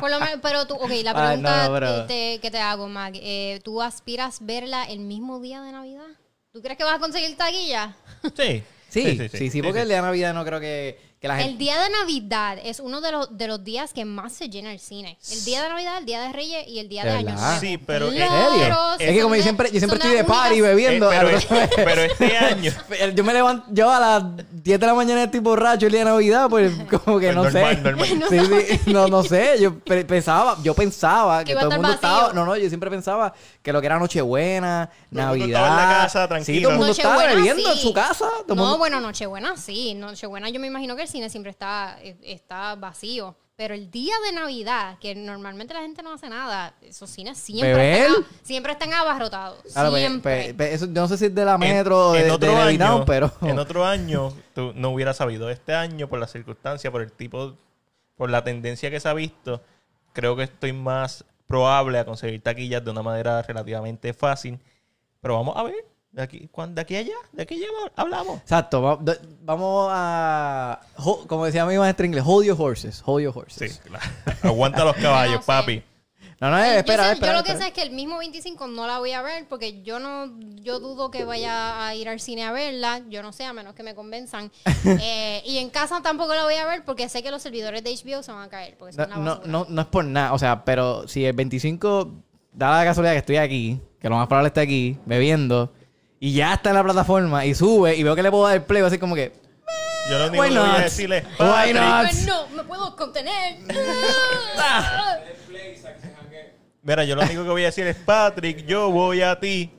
S1: Por lo menos, pero tú, ok, la
S2: Ah, no,
S1: pregunta
S2: pero-
S1: este, que te hago, Mac, eh, ¿tú aspiras verla el mismo día de Navidad? ¿Tú crees que vas a conseguir taquilla?
S3: Sí.
S2: Sí, sí, sí, porque el día de Navidad no creo que, que la gente.
S1: El día de Navidad es uno de los, de los días que más se llena el cine. El día de Navidad, el día de Reyes y el día de
S2: ¿De
S1: Año
S2: verdad?
S1: Nuevo.
S3: Sí, pero- ¿En
S1: Claro,
S3: serio?
S1: sí,
S2: es que
S1: son
S2: como yo
S1: de-
S2: siempre, yo
S1: son
S2: siempre estoy de
S1: las únicas-
S2: party bebiendo.
S3: Eh,
S2: al
S3: pero,
S2: otro-
S3: eh, pero este año.
S2: yo me levanto, yo a las 10 de la mañana estoy borracho el día de Navidad, pues como que
S3: Pues
S2: no sé.
S3: normal, normal.
S2: Sí, sí, no, no sé, yo pe- pensaba, yo pensaba que
S1: iba a
S2: todo el
S1: estar
S2: mundo
S1: vacío.
S2: estaba, no, no, yo siempre pensaba que lo que era Nochebuena,
S3: Todo el mundo
S2: Navidad,
S3: estaba en la casa,
S2: sí,
S3: tranquilo.
S2: todo el mundo estaba
S1: Nochebuena,
S2: bebiendo
S1: sí.
S2: en su casa, todo el
S1: No,
S2: mundo-
S1: bueno, Nochebuena sí. Nochebuena yo me imagino que el cine siempre está, eh, está vacío. Pero el día de Navidad, que normalmente la gente no hace nada, esos cines siempre,
S2: Beber.
S1: están, a- siempre están abarrotados.
S2: Claro, pe-
S1: siempre.
S2: pe- pe- eso, yo no sé si es de la metro o de,
S3: en
S2: de
S3: otro
S2: Levy
S3: año,
S2: Down, pero
S3: en otro año tú no hubieras sabido. Este año, por la circunstancia, por el tipo, por la tendencia que se ha visto, creo que estoy más probable a conseguir taquillas de una manera relativamente fácil. Pero vamos a ver. De aquí, cuan- de aquí a allá, de aquí a allá hablamos.
S2: exacto, va- do- vamos a jo- como decía mi maestra en inglés, hold your horses, hold your
S3: Sí,
S2: horses.
S3: claro. Aguanta los caballos,
S1: No sé.
S3: papi.
S2: No, no, eh,
S1: Yo
S2: espera,
S1: sé- yo,
S2: espera.
S1: lo que
S2: espera.
S1: sé es que el mismo 25 no la voy a ver porque yo no yo dudo que vaya a ir al cine a verla. Yo no sé, a menos que me convenzan. Eh, y en casa tampoco la voy a ver porque sé que los servidores de HBO se van a caer. Porque
S2: No,
S1: son una
S2: no,
S1: basura.
S2: no, no es por nada, o sea, pero si el 25 da la casualidad que estoy aquí, que lo más probable esté aquí, bebiendo, y ya está en la plataforma, y sube, y veo que le puedo dar play, voy a decir como que,
S3: Yo lo único
S2: Why
S3: que voy a
S2: not?
S3: decirle es,
S2: Why
S3: Patrick,
S2: not?
S1: Pues no, me puedo contener. Ah.
S3: Mira, yo lo único que voy a decir es, Patrick, yo voy a ti.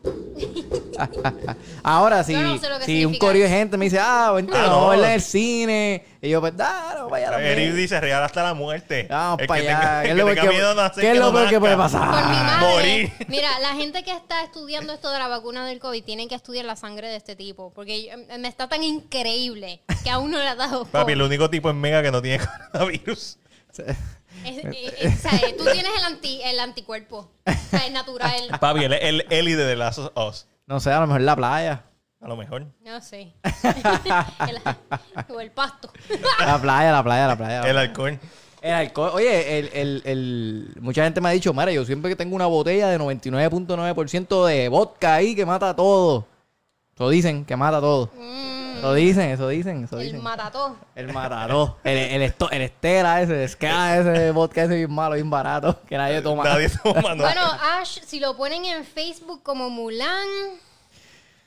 S2: Ahora, si,
S1: Yo no sé lo que
S2: si un
S1: significa.
S2: corillo de gente me dice, ah, vente
S3: Ah,
S2: a
S3: no.
S2: no, en el cine. Y yo, pues, ah, no, vaya a la
S3: Eric
S2: mierda.
S3: dice, real hasta la muerte.
S2: Vamos
S3: El
S2: para
S3: que
S2: allá.
S3: tenga- el
S2: ¿Qué es
S3: que
S2: lo
S3: tenga
S2: peor que-
S3: miedo a nacer,
S2: qué es
S3: que
S2: lo
S3: no
S2: peor que puede
S3: nazca.
S2: pasar?
S1: Por mi madre.
S3: Ah, morí.
S1: Mira, la gente que está estudiando esto de la vacuna del COVID tienen que estudiar la sangre de este tipo. Porque yo- em, me está tan increíble que aún no le ha dado COVID.
S3: Papi, el único tipo en Mega que no tiene coronavirus.
S1: Es- es- es- o sea, eh, tú tienes el, anti, el anticuerpo. O sea, es natural.
S3: Papi, el, el Eli de The Last of Us.
S2: No sé, a lo mejor la playa.
S3: A lo mejor.
S1: No sé. El- o el pasto.
S2: La playa, la playa, la playa.
S3: El alcohol.
S2: El alcohol. Oye, el, el, el- mucha gente me ha dicho, mira, yo siempre que tengo una botella de 99.9% de vodka ahí que mata todo. Eso dicen, que mata todo.
S1: Mm,
S2: Eso dicen, eso dicen, eso
S1: el
S2: dicen.
S1: matató.
S2: El matador. El, el, esto- el estera ese, el ska ese, vodka ese bien malo, bien barato, que nadie toma.
S3: Nadie toma no.
S1: Bueno, Ash, si lo ponen en Facebook como Mulan,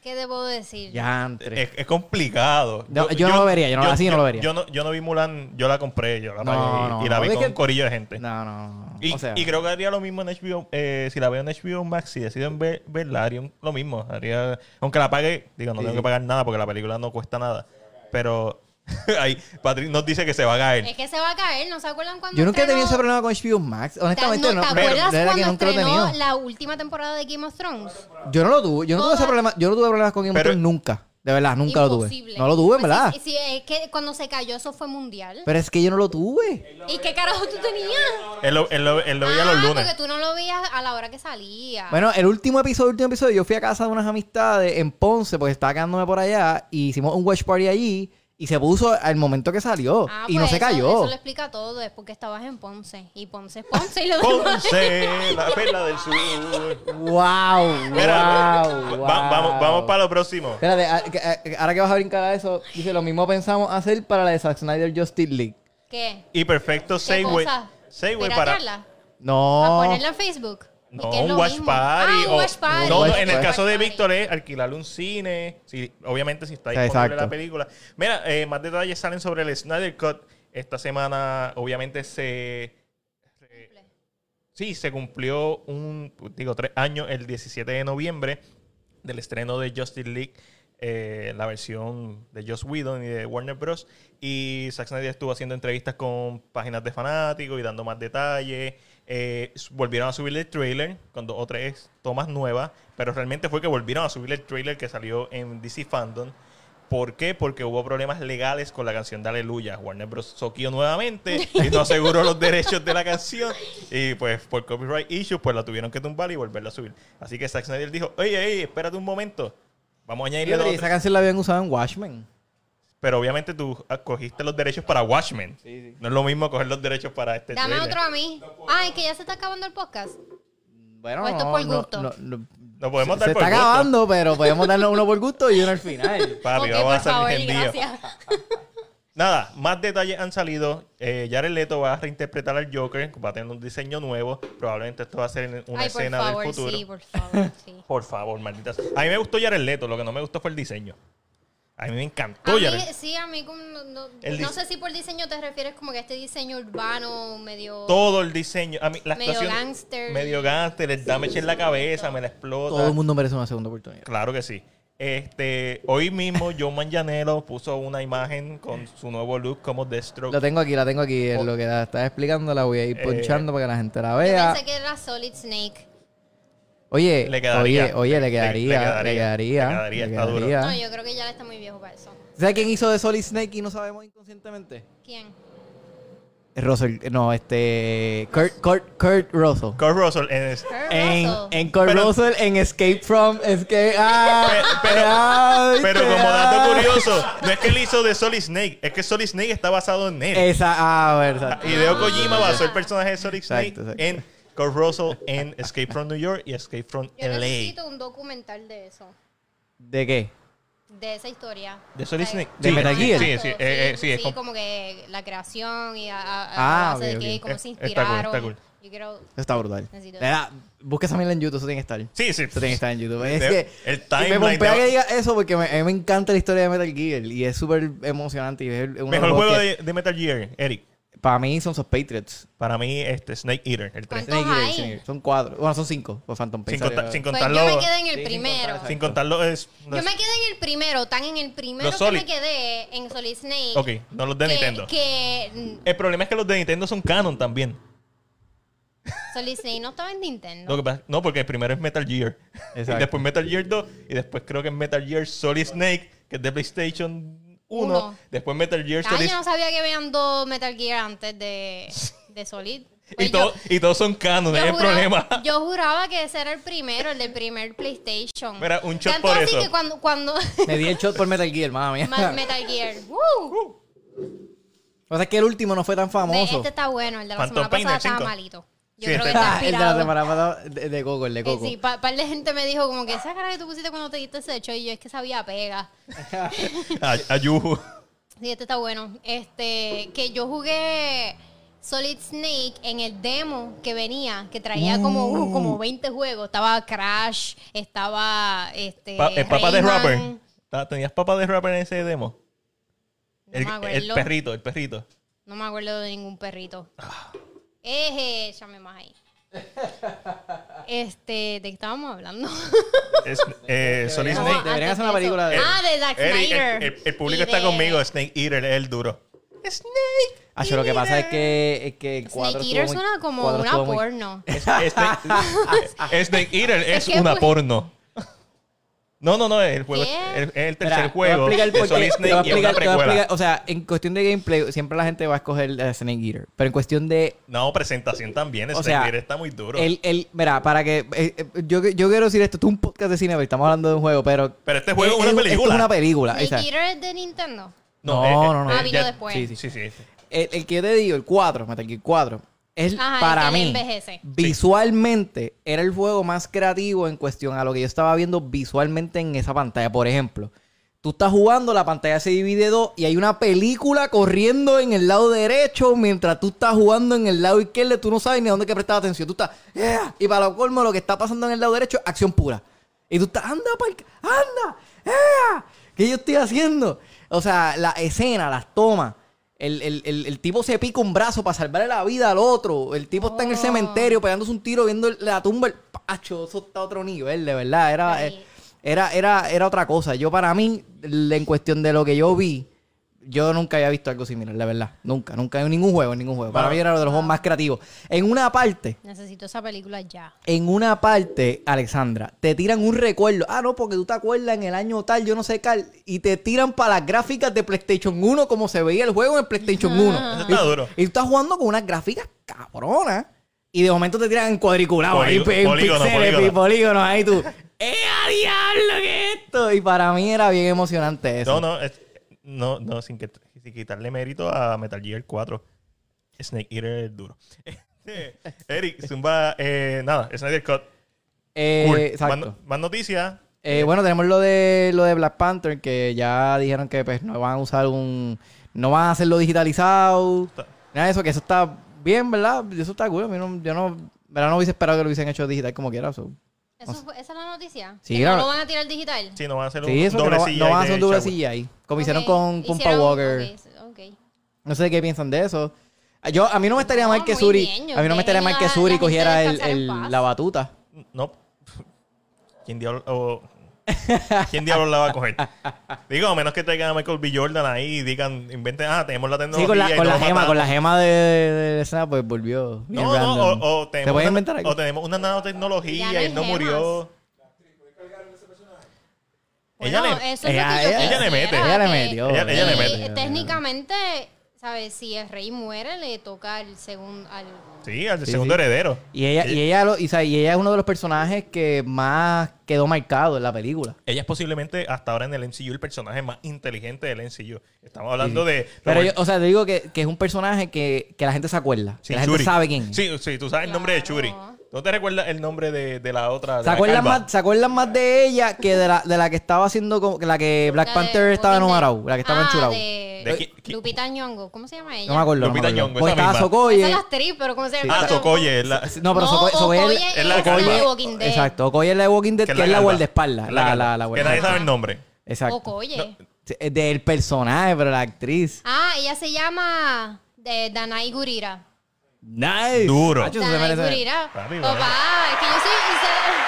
S1: ¿qué debo decir?
S2: Ya, entre.
S3: Es, es complicado.
S2: No, yo no lo vería, yo no- así yo no lo vería.
S3: Yo no, yo no vi Mulan, yo la compré, yo la
S2: No,
S3: pagué y-
S2: no,
S3: y la
S2: no,
S3: vi
S2: es
S3: con
S2: que-
S3: un corillo de gente.
S2: No, no, no.
S3: Y,
S2: o sea,
S3: y creo que haría lo mismo en HBO. eh, si la veo en HBO Max, si deciden ver- verla, haría un- lo mismo. Haría, aunque la pague, digo, no
S2: Sí,
S3: tengo
S2: sí.
S3: que pagar nada porque la película no cuesta nada. Pero ahí, Patrick nos dice que se va a caer.
S1: Es que se va a caer, ¿no se acuerdan cuando
S2: yo nunca he tenido
S1: estrenó-
S2: ese problema con HBO Max. Honestamente,
S1: ¿Te,
S2: no.
S1: no, ¿te
S2: pero-
S1: acuerdas
S2: de verdad
S1: cuando
S2: que nunca lo he
S1: estrenó
S2: tenido.
S1: la última temporada de Game of Thrones?
S2: Yo no lo tuve. Yo no tuve ese
S1: Toda-
S2: problema. Yo no tuve problemas con Game of
S3: Pero-
S2: Thrones nunca. De verdad, nunca
S1: Imposible.
S2: lo tuve. No lo tuve, en
S1: Pues
S2: ¿verdad?
S1: Sí, sí, es que cuando se cayó eso fue mundial.
S2: Pero es que yo no lo tuve.
S1: ¿Y qué carajo tú tenías?
S3: Él lo, él lo- él lo veía
S1: Ah,
S3: los lunes.
S1: porque tú no lo veías a la hora que salía.
S2: Bueno, el último episodio, el último episodio, yo fui a casa de unas amistades en Ponce, porque estaba quedándome por allá, y hicimos un watch party allí, y se puso al momento que salió,
S1: Ah,
S2: y no
S1: pues
S2: se
S1: eso-
S2: cayó.
S1: Eso, lo explica todo, es porque estabas en Ponce. Y Ponce es Ponce y lo demás.
S3: Ponce, la perla del sur.
S2: Wow,
S3: Mira,
S2: wow,
S3: va-
S2: wow.
S3: vamos, vamos para lo próximo.
S2: Espérate, a- que- a- ahora que vas a brincar a eso, dice, lo mismo pensamos hacer para la de Zack Snyder Justice League.
S1: ¿Qué?
S3: Y perfecto
S1: ¿Qué
S3: segue.
S1: cosa?
S3: segue para.
S1: ¿Piratearla? ¿A
S2: No.
S1: ponerla en Facebook?
S3: No,
S1: Que es
S3: un
S1: lo
S3: watch
S1: mismo.
S3: party.
S1: Ah, un
S3: o-
S1: watch party.
S3: No, no,
S2: Watch
S3: en el
S2: party.
S3: caso de
S1: Watch party.
S3: Víctor es alquilarle un cine. si- obviamente, si está
S2: Exacto.
S3: disponible la película. Mira, eh, más detalles salen sobre el Snyder Cut. Esta semana, obviamente, se. se- sí, se cumplió un. Digo, tres años, el 17 de noviembre, del estreno de Justice League. eh, la versión de Joss Whedon y de Warner Bros. Y Zack Snyder estuvo haciendo entrevistas con páginas de fanáticos y dando más detalles. Eh, s- volvieron a subir el trailer con dos o tres tomas nuevas, pero realmente fue que volvieron a subir el trailer que salió en DC Fandom. ¿Por qué? Porque hubo problemas legales con la canción de Aleluya. Warner Bros. soquió nuevamente y no aseguró los derechos de la canción. Y pues por copyright issues, pues la tuvieron que tumbar y volverla a subir. Así que Zack Snyder dijo, oye, oye, espérate un momento. Vamos a añadirle
S2: Fíjate,
S3: dos
S2: esa
S3: otras".
S2: canción la habían usado en Watchmen.
S3: Pero obviamente tú ah, cogiste los derechos para Watchmen. No es lo mismo coger los derechos para este
S1: Dame
S3: trailer.
S1: otro a mí. Ay, que ya se está acabando el podcast.
S2: Bueno,
S1: O Pues esto
S2: no,
S1: por
S2: no,
S1: gusto.
S2: no, no.
S3: Lo podemos
S2: se
S3: dar por
S2: está
S3: gusto.
S2: acabando, pero podemos darnos uno por gusto y uno al final.
S3: Papi,
S1: Ok,
S3: vamos a
S1: por favor,
S3: salir en día.
S1: gracias.
S3: Nada, más detalles han salido. Eh, Jared Leto va a reinterpretar al Joker, va a tener un diseño nuevo. Probablemente esto va a ser en una
S1: Ay, por
S3: escena
S1: favor,
S3: del futuro.
S1: sí, por favor, sí.
S3: Por favor, malditas. A mí me gustó Jared Leto, lo que no me gustó fue el diseño. A mí me
S1: A
S3: encantó
S1: mí,
S3: Jared.
S1: sí, a mí como no, no-
S3: El
S1: no
S3: dis-
S1: sé si por diseño te refieres como que este diseño urbano medio...
S3: Todo el diseño. A mí, la
S1: Medio
S3: actuación-
S1: gangster.
S3: Medio gángster, el damage en la cabeza, me la explota.
S2: Todo el mundo merece una segunda oportunidad.
S3: Claro que sí. Este, hoy mismo Joe Manganiello puso una imagen con su nuevo look como Deathstroke.
S2: La tengo aquí, la tengo aquí. Es lo que la estás explicando, la voy a ir
S3: Oh. Eh,
S2: ponchando para que la gente la
S1: Yo
S2: vea.
S1: pensé que era Solid Snake.
S2: Oye,
S3: Le quedaría.
S2: oye, oye, le
S3: Le- le
S2: quedaría, le
S3: quedaría,
S2: quedaría.
S3: le quedaría, está duro.
S2: quedaría.
S1: No, yo creo que ya está muy viejo para eso.
S2: ¿Sabes quién hizo de Solid Snake y no sabemos inconscientemente?
S1: ¿Quién?
S2: Russell, no, este. Kurt, Kurt, Kurt Russell.
S3: Kurt Russell en es-
S1: Kurt
S2: En,
S1: Russell.
S2: en Kurt
S3: Pero-
S2: Russell en Escape from Escape. Ah,
S3: Pero-
S2: ah,
S3: Pero
S2: viste,
S3: como
S2: ah.
S3: dato curioso, no es que él hizo de Solid Snake, es que Solid Snake está basado en él.
S2: Esa, ah, a ver, exacto.
S3: Hideo Kojima basó el personaje de Solid Snake
S2: Exacto, exacto.
S3: en Kurt Russell en Escape from New York y Escape from
S1: Yo
S3: LA.
S1: necesito un documental de eso,
S2: ¿De qué?
S1: de esa historia.
S3: ¿De Solid Snake?
S2: ¿De
S3: Sí,
S2: Metal
S3: sí,
S2: Gear?
S3: Sí, sí, eh, eh, sí, es
S1: sí,
S3: como-
S1: como que la creación y a, a-
S2: Ah,
S1: a base de
S2: ok, ok.
S1: que cómo
S3: Es-
S1: se
S3: está cool, está
S1: inspiraron.
S3: cool.
S1: Yo quiero...
S2: Está brutal.
S1: Necesito-
S2: Era, busca esa mierda en YouTube, eso tiene que estar.
S3: sí, sí.
S2: Eso tiene que estar en YouTube. Es
S3: De-
S2: que
S3: el
S2: y me
S3: timeline
S2: pompea
S3: de-
S2: que diga eso porque me, a mí me encanta la historia de Metal Gear y es súper emocionante. Y es uno de los
S3: Mejor
S2: juegos
S3: juego
S2: que-
S3: de, de Metal Gear, Eric.
S2: Para mí son sus Patriots.
S3: Para mí, este Snake Eater, el 3.
S1: ¿Cuántos
S2: Snake Eater,
S1: hay?
S2: Snake- Son cuatro. Bueno, son cinco. Por Phantom Pain.
S3: Sin, contar-
S2: salió-
S3: sin
S1: Pues yo me
S3: contarlo.
S1: quedé en el
S2: Sí, sin
S1: primero.
S2: contar,
S3: Sin contarlo es.
S1: Yo me quedé en el primero, tan en el primero
S3: Los
S1: que
S3: Solid.
S1: me quedé en Solid Snake.
S3: Ok, no los de
S1: que,
S3: Nintendo.
S1: que, mm,
S3: El problema es que los de Nintendo son canon también.
S1: Solid Snake no estaba en
S3: Lo
S1: Nintendo.
S3: que pasa- no, porque el primero es Metal Gear.
S2: Exacto.
S3: Y después Metal Gear 2. Y después creo que es Metal Gear Solid Snake, que es de PlayStation 1.
S1: Uno.
S3: Después Metal Gear
S1: Ay,
S3: Solid
S1: yo no sabía que veían dos Metal Gear antes de, de Solid.
S3: y,
S1: Pues yo-
S3: todo- y todos son canon, es el problema.
S1: yo juraba que ese era el primero, el del primer PlayStation.
S3: Mira, un shot
S1: Tanto
S3: por
S1: así
S3: eso.
S1: que cuando, cuando
S2: Me di el shot por Metal Gear, mamá mía.
S1: Más Metal Gear. ¡Woo!
S3: Uh,
S2: O sea, que el último no fue tan
S1: Ve,
S2: famoso. Ah,
S1: Este está bueno, el de la
S3: Phantom
S1: semana
S3: Pain,
S1: pasada
S3: el
S1: estaba
S3: cinco.
S1: malito. Yo
S3: Sí,
S1: creo
S3: este-
S1: que está
S2: el de la
S1: aspirado.
S2: semana pasada de, de Coco, el de
S1: Eh,
S2: Coco.
S1: sí, pa- par de gente me dijo como que esa cara que tú pusiste cuando te diste ese hecho y yo es que sabía pega.
S3: A- a Yuhu.
S1: Sí, este está bueno. Este, que yo jugué Solid Snake en el demo que venía, que traía como, uh, como 20 juegos. Estaba Crash, estaba este.
S3: Pa- el papá de
S1: Rayman.
S3: rapper. Ta- ¿Tenías papá de rapper en ese demo?
S1: No
S3: El,
S1: me acuerdo.
S3: el perrito, el perrito.
S1: No me acuerdo de ningún perrito.
S3: Ah.
S1: Eje, échame más ahí. Este, ¿de qué estábamos hablando?
S3: Es, eh, Solid
S2: Deberían-
S3: Snake.
S1: antes
S2: deberían hacer
S1: de
S2: una
S1: eso.
S2: película de-
S1: Ah, de Zack
S3: Eri, el,
S1: Snyder.
S3: el- el público
S1: Y
S3: está
S1: de-
S3: conmigo. Snake Eater es el duro. Snake.
S2: Acho, Ah, lo que pasa es que, es que el cuadro
S1: Snake Eater
S2: estuvo muy-
S1: suena como
S2: cuadro
S1: una
S2: estuvo muy-
S1: porno.
S3: Es- es Snake, Snake Este, Eater es,
S1: que
S3: una
S1: fue-
S3: porno. No, no, no, el juego es
S1: ¿Qué?
S3: el, el
S2: Mira,
S3: tercer
S2: te voy a
S3: juego
S2: explicar el
S3: de
S2: porqué,
S3: Solid
S2: te voy a
S3: Snake y es una
S2: explicar- te voy a
S3: precuela.
S2: explicar- O sea, en cuestión de gameplay, siempre la gente va a escoger eh, Snake Eater. Pero en cuestión de
S3: No, presentación también.
S2: O
S3: Snake
S2: sea,
S3: Eater está muy duro.
S2: El, el, mira, para que. eh, eh, yo, yo quiero decir esto, esto es un podcast de cine, pero estamos hablando de un juego, pero. Eh,
S3: Pero este juego es una
S2: esto
S3: película.
S2: Es una película.
S1: Snake
S2: exacto.
S1: Eater es de Nintendo.
S2: No, no, no.
S1: Ah, vino
S3: eh, ya-
S1: después.
S2: sí, sí.
S3: Sí, sí. sí.
S2: El, el que yo te digo, el 4, Metal Gear 4, es
S1: Ajá, el
S2: para
S1: que le
S2: mí.
S1: envejece.
S2: Visualmente, era el juego más creativo en cuestión a lo que yo estaba viendo visualmente en esa pantalla. Por ejemplo, tú estás jugando, la pantalla se divide en dos y hay una película corriendo en el lado derecho mientras tú estás jugando en el lado izquierdo. Tú no sabes ni a dónde hay que prestar atención. Tú estás. "Yeah", Y para lo colmo, lo que está pasando en el lado derecho es acción pura. Y tú estás. ¡Anda, pa'l ca- ¡Anda! ¡Yeah! ¿Qué yo estoy haciendo? O sea, la escena, las tomas. El, el- el- el tipo se pica un brazo para salvarle la vida al otro. El tipo está en el
S1: Oh.
S2: cementerio pegándose un tiro, viendo el- la tumba. El pacho, eso está a otro nivel, de verdad. Era, eh,
S1: Ahí.
S2: era, era, era otra cosa. Yo, para mí, l- en cuestión de lo que yo vi, yo nunca había visto algo similar, la verdad. Nunca, nunca. En ningún juego, en ningún juego. Para
S3: Wow.
S2: mí era uno de los juegos más creativos. En una parte,
S1: Necesito esa película ya.
S2: en una parte, Alexandra, te tiran un recuerdo. Ah, no, porque tú te acuerdas en el año tal, yo no sé tal. Y te tiran para las gráficas de PlayStation 1 como se veía el juego en el PlayStation 1.
S3: Eso está duro.
S2: Y tú estás jugando con unas gráficas cabronas. Y de momento te tiran en cuadriculado.
S3: Poli-
S2: ahí, pe- en
S3: polígono,
S2: píxeles,
S3: polígono.
S2: pi- polígonos, ahí tú. ¡Eh, a diablo, qué es esto! Y para mí era bien emocionante eso.
S3: No, no, es- no, no, sin, que, sin quitarle mérito a Metal Gear 4. Snake Eater es duro. Este, Eric, Zumba, eh, nada, Snyder Cut.
S2: Eh,
S3: Cool.
S2: exacto.
S3: Más, no- más noticias.
S2: Eh, bueno, tenemos lo de lo de Black Panther, que ya dijeron que pues no van a usar un. No van a hacerlo digitalizado.
S3: Está-
S2: Nada de eso, que eso está bien, ¿verdad? Eso está cool. A mí no- yo no, ¿verdad? no hubiese esperado que lo hubiesen hecho digital como quiera. so.
S1: ¿Eso fue- ¿Esa es la noticia?
S2: Sí,
S1: ¿Que
S2: claro.
S1: no lo van a tirar digital?
S3: Sí, no van a hacer
S2: Sí, eso que no, va- no van a hacer un doble CGI. Como hicieron
S1: Ok.
S2: con, con Paul
S1: Hicieron-
S2: Walker.
S1: ok, ok.
S2: No sé qué piensan de eso. Ah, Yo, a mí no me estaría mal
S1: No,
S2: que
S1: muy
S2: Suri.
S1: bien, yo
S2: a mí no me estaría mal
S1: dejen
S2: que
S1: a
S2: Suri
S1: la gente
S2: cogiera el,
S1: descansar en
S2: el-
S1: paz.
S2: la batuta.
S3: No. ¿Quién diablo, o- ¿Quién diablo la va a coger? Digo, a menos que traigan a Michael B. Jordan ahí y digan, inventen, ah, tenemos la
S2: Sí,
S3: tecnología.
S2: con la,
S3: y
S2: con
S3: no
S2: la
S3: lo
S2: gema, con
S3: matamos.
S2: la gema de, de, de Snap, pues volvió. bien
S3: No, no,
S2: random.
S3: o, o
S2: ¿Se
S3: tenemos
S2: puede
S3: una,
S2: inventar algo?
S3: o tenemos una nanotecnología
S1: Ya no
S3: y
S1: hay
S3: él no
S1: gemas.
S3: murió. Ella
S1: Bueno,
S3: le-
S1: eso es
S2: ella-
S1: lo que yo
S2: ella-
S3: ella le mete.
S1: quisiera,
S2: Ella le
S1: que-
S2: metió.
S3: Ella- ella le
S1: que
S3: mete.
S1: Técnicamente, ¿sabes? Si el rey muere, le toca al segundo. Al...
S3: Sí, al
S2: Sí,
S3: segundo
S2: sí.
S3: heredero.
S2: Y ella, y ella, lo- y, sabe, y ella es uno de los personajes que más quedó marcado en la película.
S3: Ella es posiblemente hasta ahora en el MCU el personaje más inteligente del MCU. Estamos hablando de.
S2: Pero yo,
S3: Robert-
S2: o sea, te digo que, que es un personaje que, que la gente se acuerda.
S3: Sí,
S2: que la gente
S3: Shuri.
S2: sabe quién es.
S3: Sí, sí, tú sabes el nombre de
S1: Claro.
S3: Churi. ¿No te recuerdas el nombre de, de la otra? de
S2: ¿Se
S3: la
S2: acuerdan,
S3: calva?
S2: más, ¿Se acuerdan más de ella que de la, de la que estaba haciendo, como- la que Black
S1: La de
S2: Panther estaba en
S1: Odin
S2: Omarau? La que estaba
S1: ah,
S2: en Churau.
S1: De...
S3: ¿De qui- qui-
S1: Lupita Ñongo. ¿Cómo se llama ella?
S2: No me acuerdo. No me
S3: Lupita
S2: acuerdo.
S3: Nyong'o,
S2: Porque
S3: esa
S2: estaba
S3: misma.
S1: Esa
S2: Sokoye.
S1: es la actriz, pero ¿cómo se llama?
S3: Ah, Tokoye. es la-
S2: No, pero
S1: No,
S2: Sokoye, Sokoye
S1: Okoye
S2: es-
S3: es la
S1: Okoye
S3: calva.
S1: de Walking Dead.
S2: Exacto, Okoye es la de Walking Dead, que, es la
S3: calva.
S2: guardaespalda.
S3: Es
S2: La,
S3: calva.
S2: la, la
S3: Que nadie
S2: guardaespalda.
S3: sabe el nombre.
S2: Exacto.
S1: Okoye.
S2: Sí, Del personaje, pero la actriz.
S1: Ah, ella se llama de Danai Gurira.
S4: Nice.
S3: Duro.
S2: Hacho, se
S1: Danai
S2: merece-
S1: Gurira.
S3: Papi,
S1: Papá,
S3: ¿eh?
S1: es que yo soy, soy-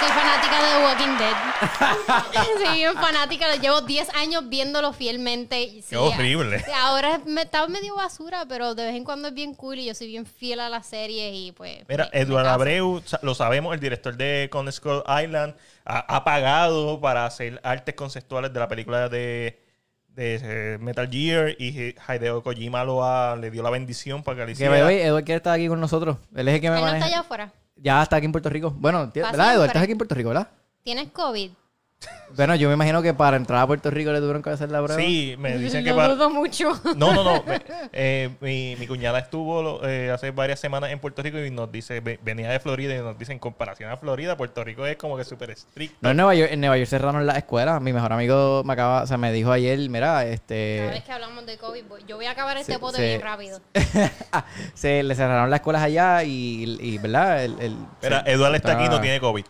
S1: soy fanática de Walking Dead. soy bien fanática, lo llevo 10 años viéndolo fielmente. y sí,
S3: Qué horrible.
S1: Ahora es- me, está medio basura, pero de vez en cuando es bien cool y yo soy bien fiel a las series y pues...
S3: Mira,
S1: me- me
S3: Eduardo
S2: Ah,
S1: casa.
S3: Abreu, sa- lo sabemos, el director de Con Skull Island, ha, ha pagado para hacer artes conceptuales de la película de, de, eh, Metal Gear y Hi- Hideo Kojima lo ha- le dio la bendición para que le
S2: Que
S3: hiciera.
S2: by the way, Eduard quiere estar aquí con nosotros. Él es el que me
S1: Él no está allá
S2: maneja.
S1: afuera.
S2: Ya está aquí en Puerto Rico. Bueno, ti-
S1: Va
S2: ¿verdad, Eduard?
S1: siempre.
S2: Estás aquí en Puerto Rico, ¿verdad?
S1: ¿Tienes COVID?
S2: Bueno, yo me imagino que para entrar a Puerto Rico le tuvieron que hacer la prueba.
S3: sí, me dicen que
S1: lo
S3: para...
S1: dudo mucho.
S3: No, no, no. me- eh, mi, mi cuñada estuvo lo- eh, hace varias semanas en Puerto Rico y nos dice, ve- venía de Florida y nos dice, en comparación a Florida, Puerto Rico es como que súper estricto.
S2: No, en Nueva York, en Nueva York cerraron la escuela. Mi mejor amigo me acaba, o sea, me dijo ayer, mira,
S3: Eh,
S1: Cada vez
S2: este,
S1: que hablamos de COVID, voy- yo voy a acabar este
S2: se-
S1: pote
S2: se-
S1: bien rápido.
S2: se le cerraron las escuelas allá y, y ¿verdad? El, el-
S3: Mira,
S2: se-
S3: Eduardo está aquí y no
S2: Ah.
S3: tiene COVID.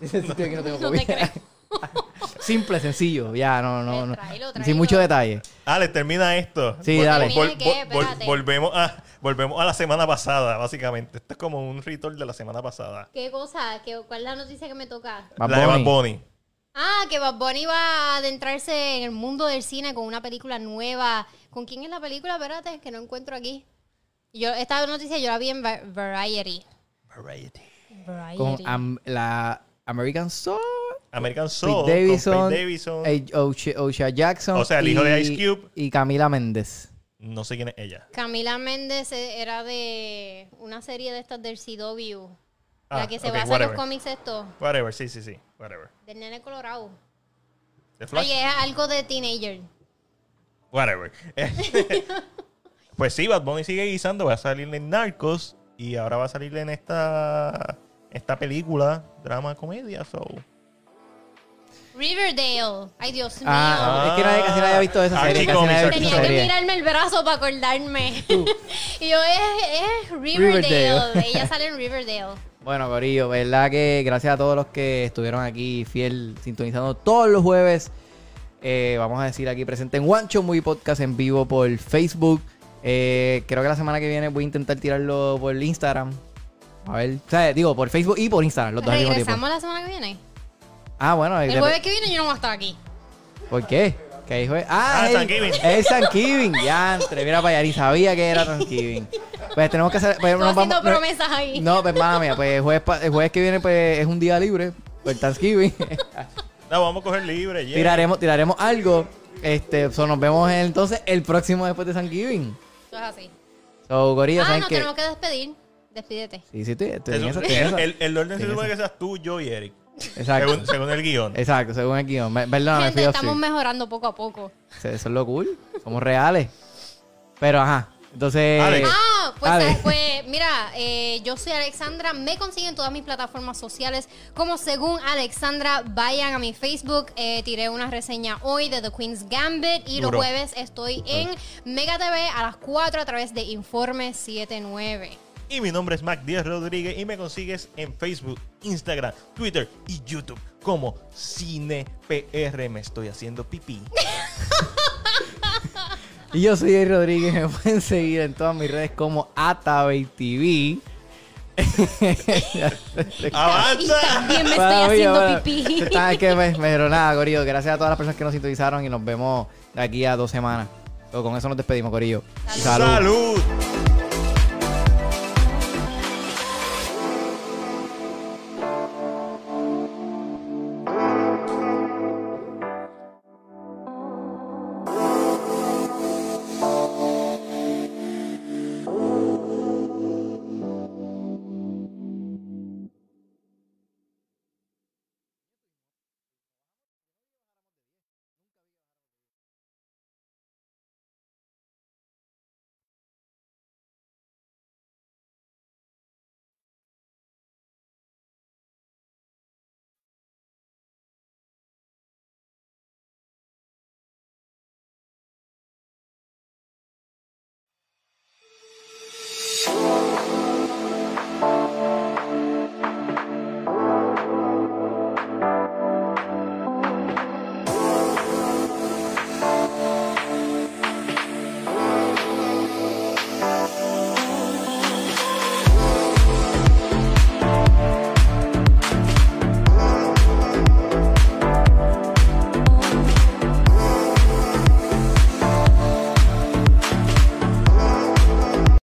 S2: Estoy aquí, no tengo
S1: No te
S2: COVID.
S1: creo.
S2: Simple, sencillo, ya, no, no, no.
S1: Tráelo, tráelo.
S2: Sin mucho detalle.
S3: Ale, termina esto.
S2: Sí,
S3: Vol-
S2: dale.
S3: vol-
S1: ¿Termina qué?
S3: vol-
S1: Espérate.
S3: volvemos, a, volvemos a la semana pasada, básicamente. Esto es como un ritual de la semana pasada.
S1: ¿Qué cosa? ¿Qué, ¿Cuál es la noticia que me toca?
S2: Bad
S3: la de Bad
S2: Bunny.
S3: Bunny.
S1: Ah, que Bad Bunny va a adentrarse en el mundo del cine con una película nueva. ¿Con quién es la película? Espérate, que no encuentro aquí. Yo, esta noticia yo la vi en Va- Variety. Variety.
S2: Con am- la American Soul,
S3: American Soul.
S2: Pete Davidson,
S3: Con Pete Davidson.
S2: eh, O'Shea- O'Shea Jackson.
S3: O sea, el hijo de Ice Cube.
S2: Y Camila Méndez.
S3: No sé quién es ella.
S1: Camila Méndez eh, era de una serie de estas del CW.
S3: Ah,
S1: la que se
S3: ok,
S1: basa en
S3: whatever.
S1: los cómics estos.
S3: Whatever, sí, sí, sí. Whatever.
S1: Del nene colorado.
S3: The Flash.
S1: Oye, es algo de teenager.
S3: Whatever. pues sí, Bad Bunny sigue guisando. Va a salir en Narcos. Y ahora va a salir en esta, esta película, drama, comedia. So.
S1: Riverdale. Ay, Dios mío.
S2: Ah, es que nadie casi nadie ha visto esa
S3: Ah,
S2: serie.
S3: chico,
S2: Casi nadie ha visto
S3: mis
S1: Tenía
S2: esa
S1: que
S2: serie.
S1: mirarme el brazo para acordarme. y yo, es, es Riverdale.
S2: Riverdale.
S1: Ella sale en Riverdale.
S2: Bueno, Corillo, verdad que gracias a todos los que estuvieron aquí fiel, sintonizando todos los jueves. Eh, vamos a decir aquí presente en Wancho Muy Podcast en vivo por Facebook. Eh, creo que la semana que viene voy a intentar tirarlo por Instagram. A ver, o sea, digo, por Facebook y por Instagram, los dos al mismo tiempo.
S1: Regresamos la semana que viene.
S2: Ah, bueno, ahí
S1: El
S2: de-
S1: jueves que viene yo no voy a estar aquí.
S2: ¿por qué? ¿Qué dijo? él? Ah,
S3: Ah,
S2: es
S3: Thanksgiving.
S2: Es Thanksgiving, ya entre, mira para allá, ni sabía que era Thanksgiving. Pues tenemos que hacer... pues,
S1: Estoy
S2: nos
S1: haciendo
S2: vamos- no-
S1: promesas ahí.
S2: No, pues mala mía, pues el jueves, pa- el jueves que viene pues, es un día libre, pues Thanksgiving.
S3: No, vamos a coger libre. yeah.
S2: tiraremos, tiraremos algo. Este, so, nos vemos entonces el próximo después de Thanksgiving.
S1: Eso es así.
S2: So, Gorilla,
S1: Ah,
S2: ¿saben
S1: nos
S2: qué?
S1: tenemos que despedir. Despídete.
S2: Sí, sí, estoy, estoy en
S3: Eso-
S2: esa, estoy en
S3: el,
S2: esa.
S3: el- el orden se
S2: Tiene
S3: supone que seas tú, yo y Eric.
S2: Exacto. Eh.
S3: Según, según el guión.
S2: Exacto, según el guión. Me- Perdóname,
S1: Gente,
S2: fui off
S1: estamos mejorando poco a poco.
S2: Eso es lo cool. Somos reales. Pero ajá. Entonces.
S3: Alex.
S1: Ah, pues,
S2: Ale.
S1: ah, pues, mira, eh, yo soy Alexandra, me consiguen todas mis plataformas sociales como según Alexandra, vayan a mi Facebook, eh, tiré una reseña hoy de The Queen's Gambit y
S3: Duro.
S1: los jueves estoy en Mega TV a las 4 a través de Informe 79.
S3: Y mi nombre es Mac Díaz Rodríguez y me consigues en Facebook, Instagram, Twitter y YouTube como CinePR. Me estoy haciendo pipí.
S2: Y yo soy Eddie Rodríguez. Me pueden seguir en todas mis redes como AtaBayTV.
S1: Y
S3: ¡Avanza!
S1: también me estoy
S2: Para mí,
S1: haciendo
S2: para-
S1: pipí.
S2: Ah, es que me, me- pero nada, Corillo. Gracias a todas las personas que nos sintonizaron y nos vemos de aquí a dos semanas. So, con eso nos despedimos, Corillo.
S3: ¡Salud!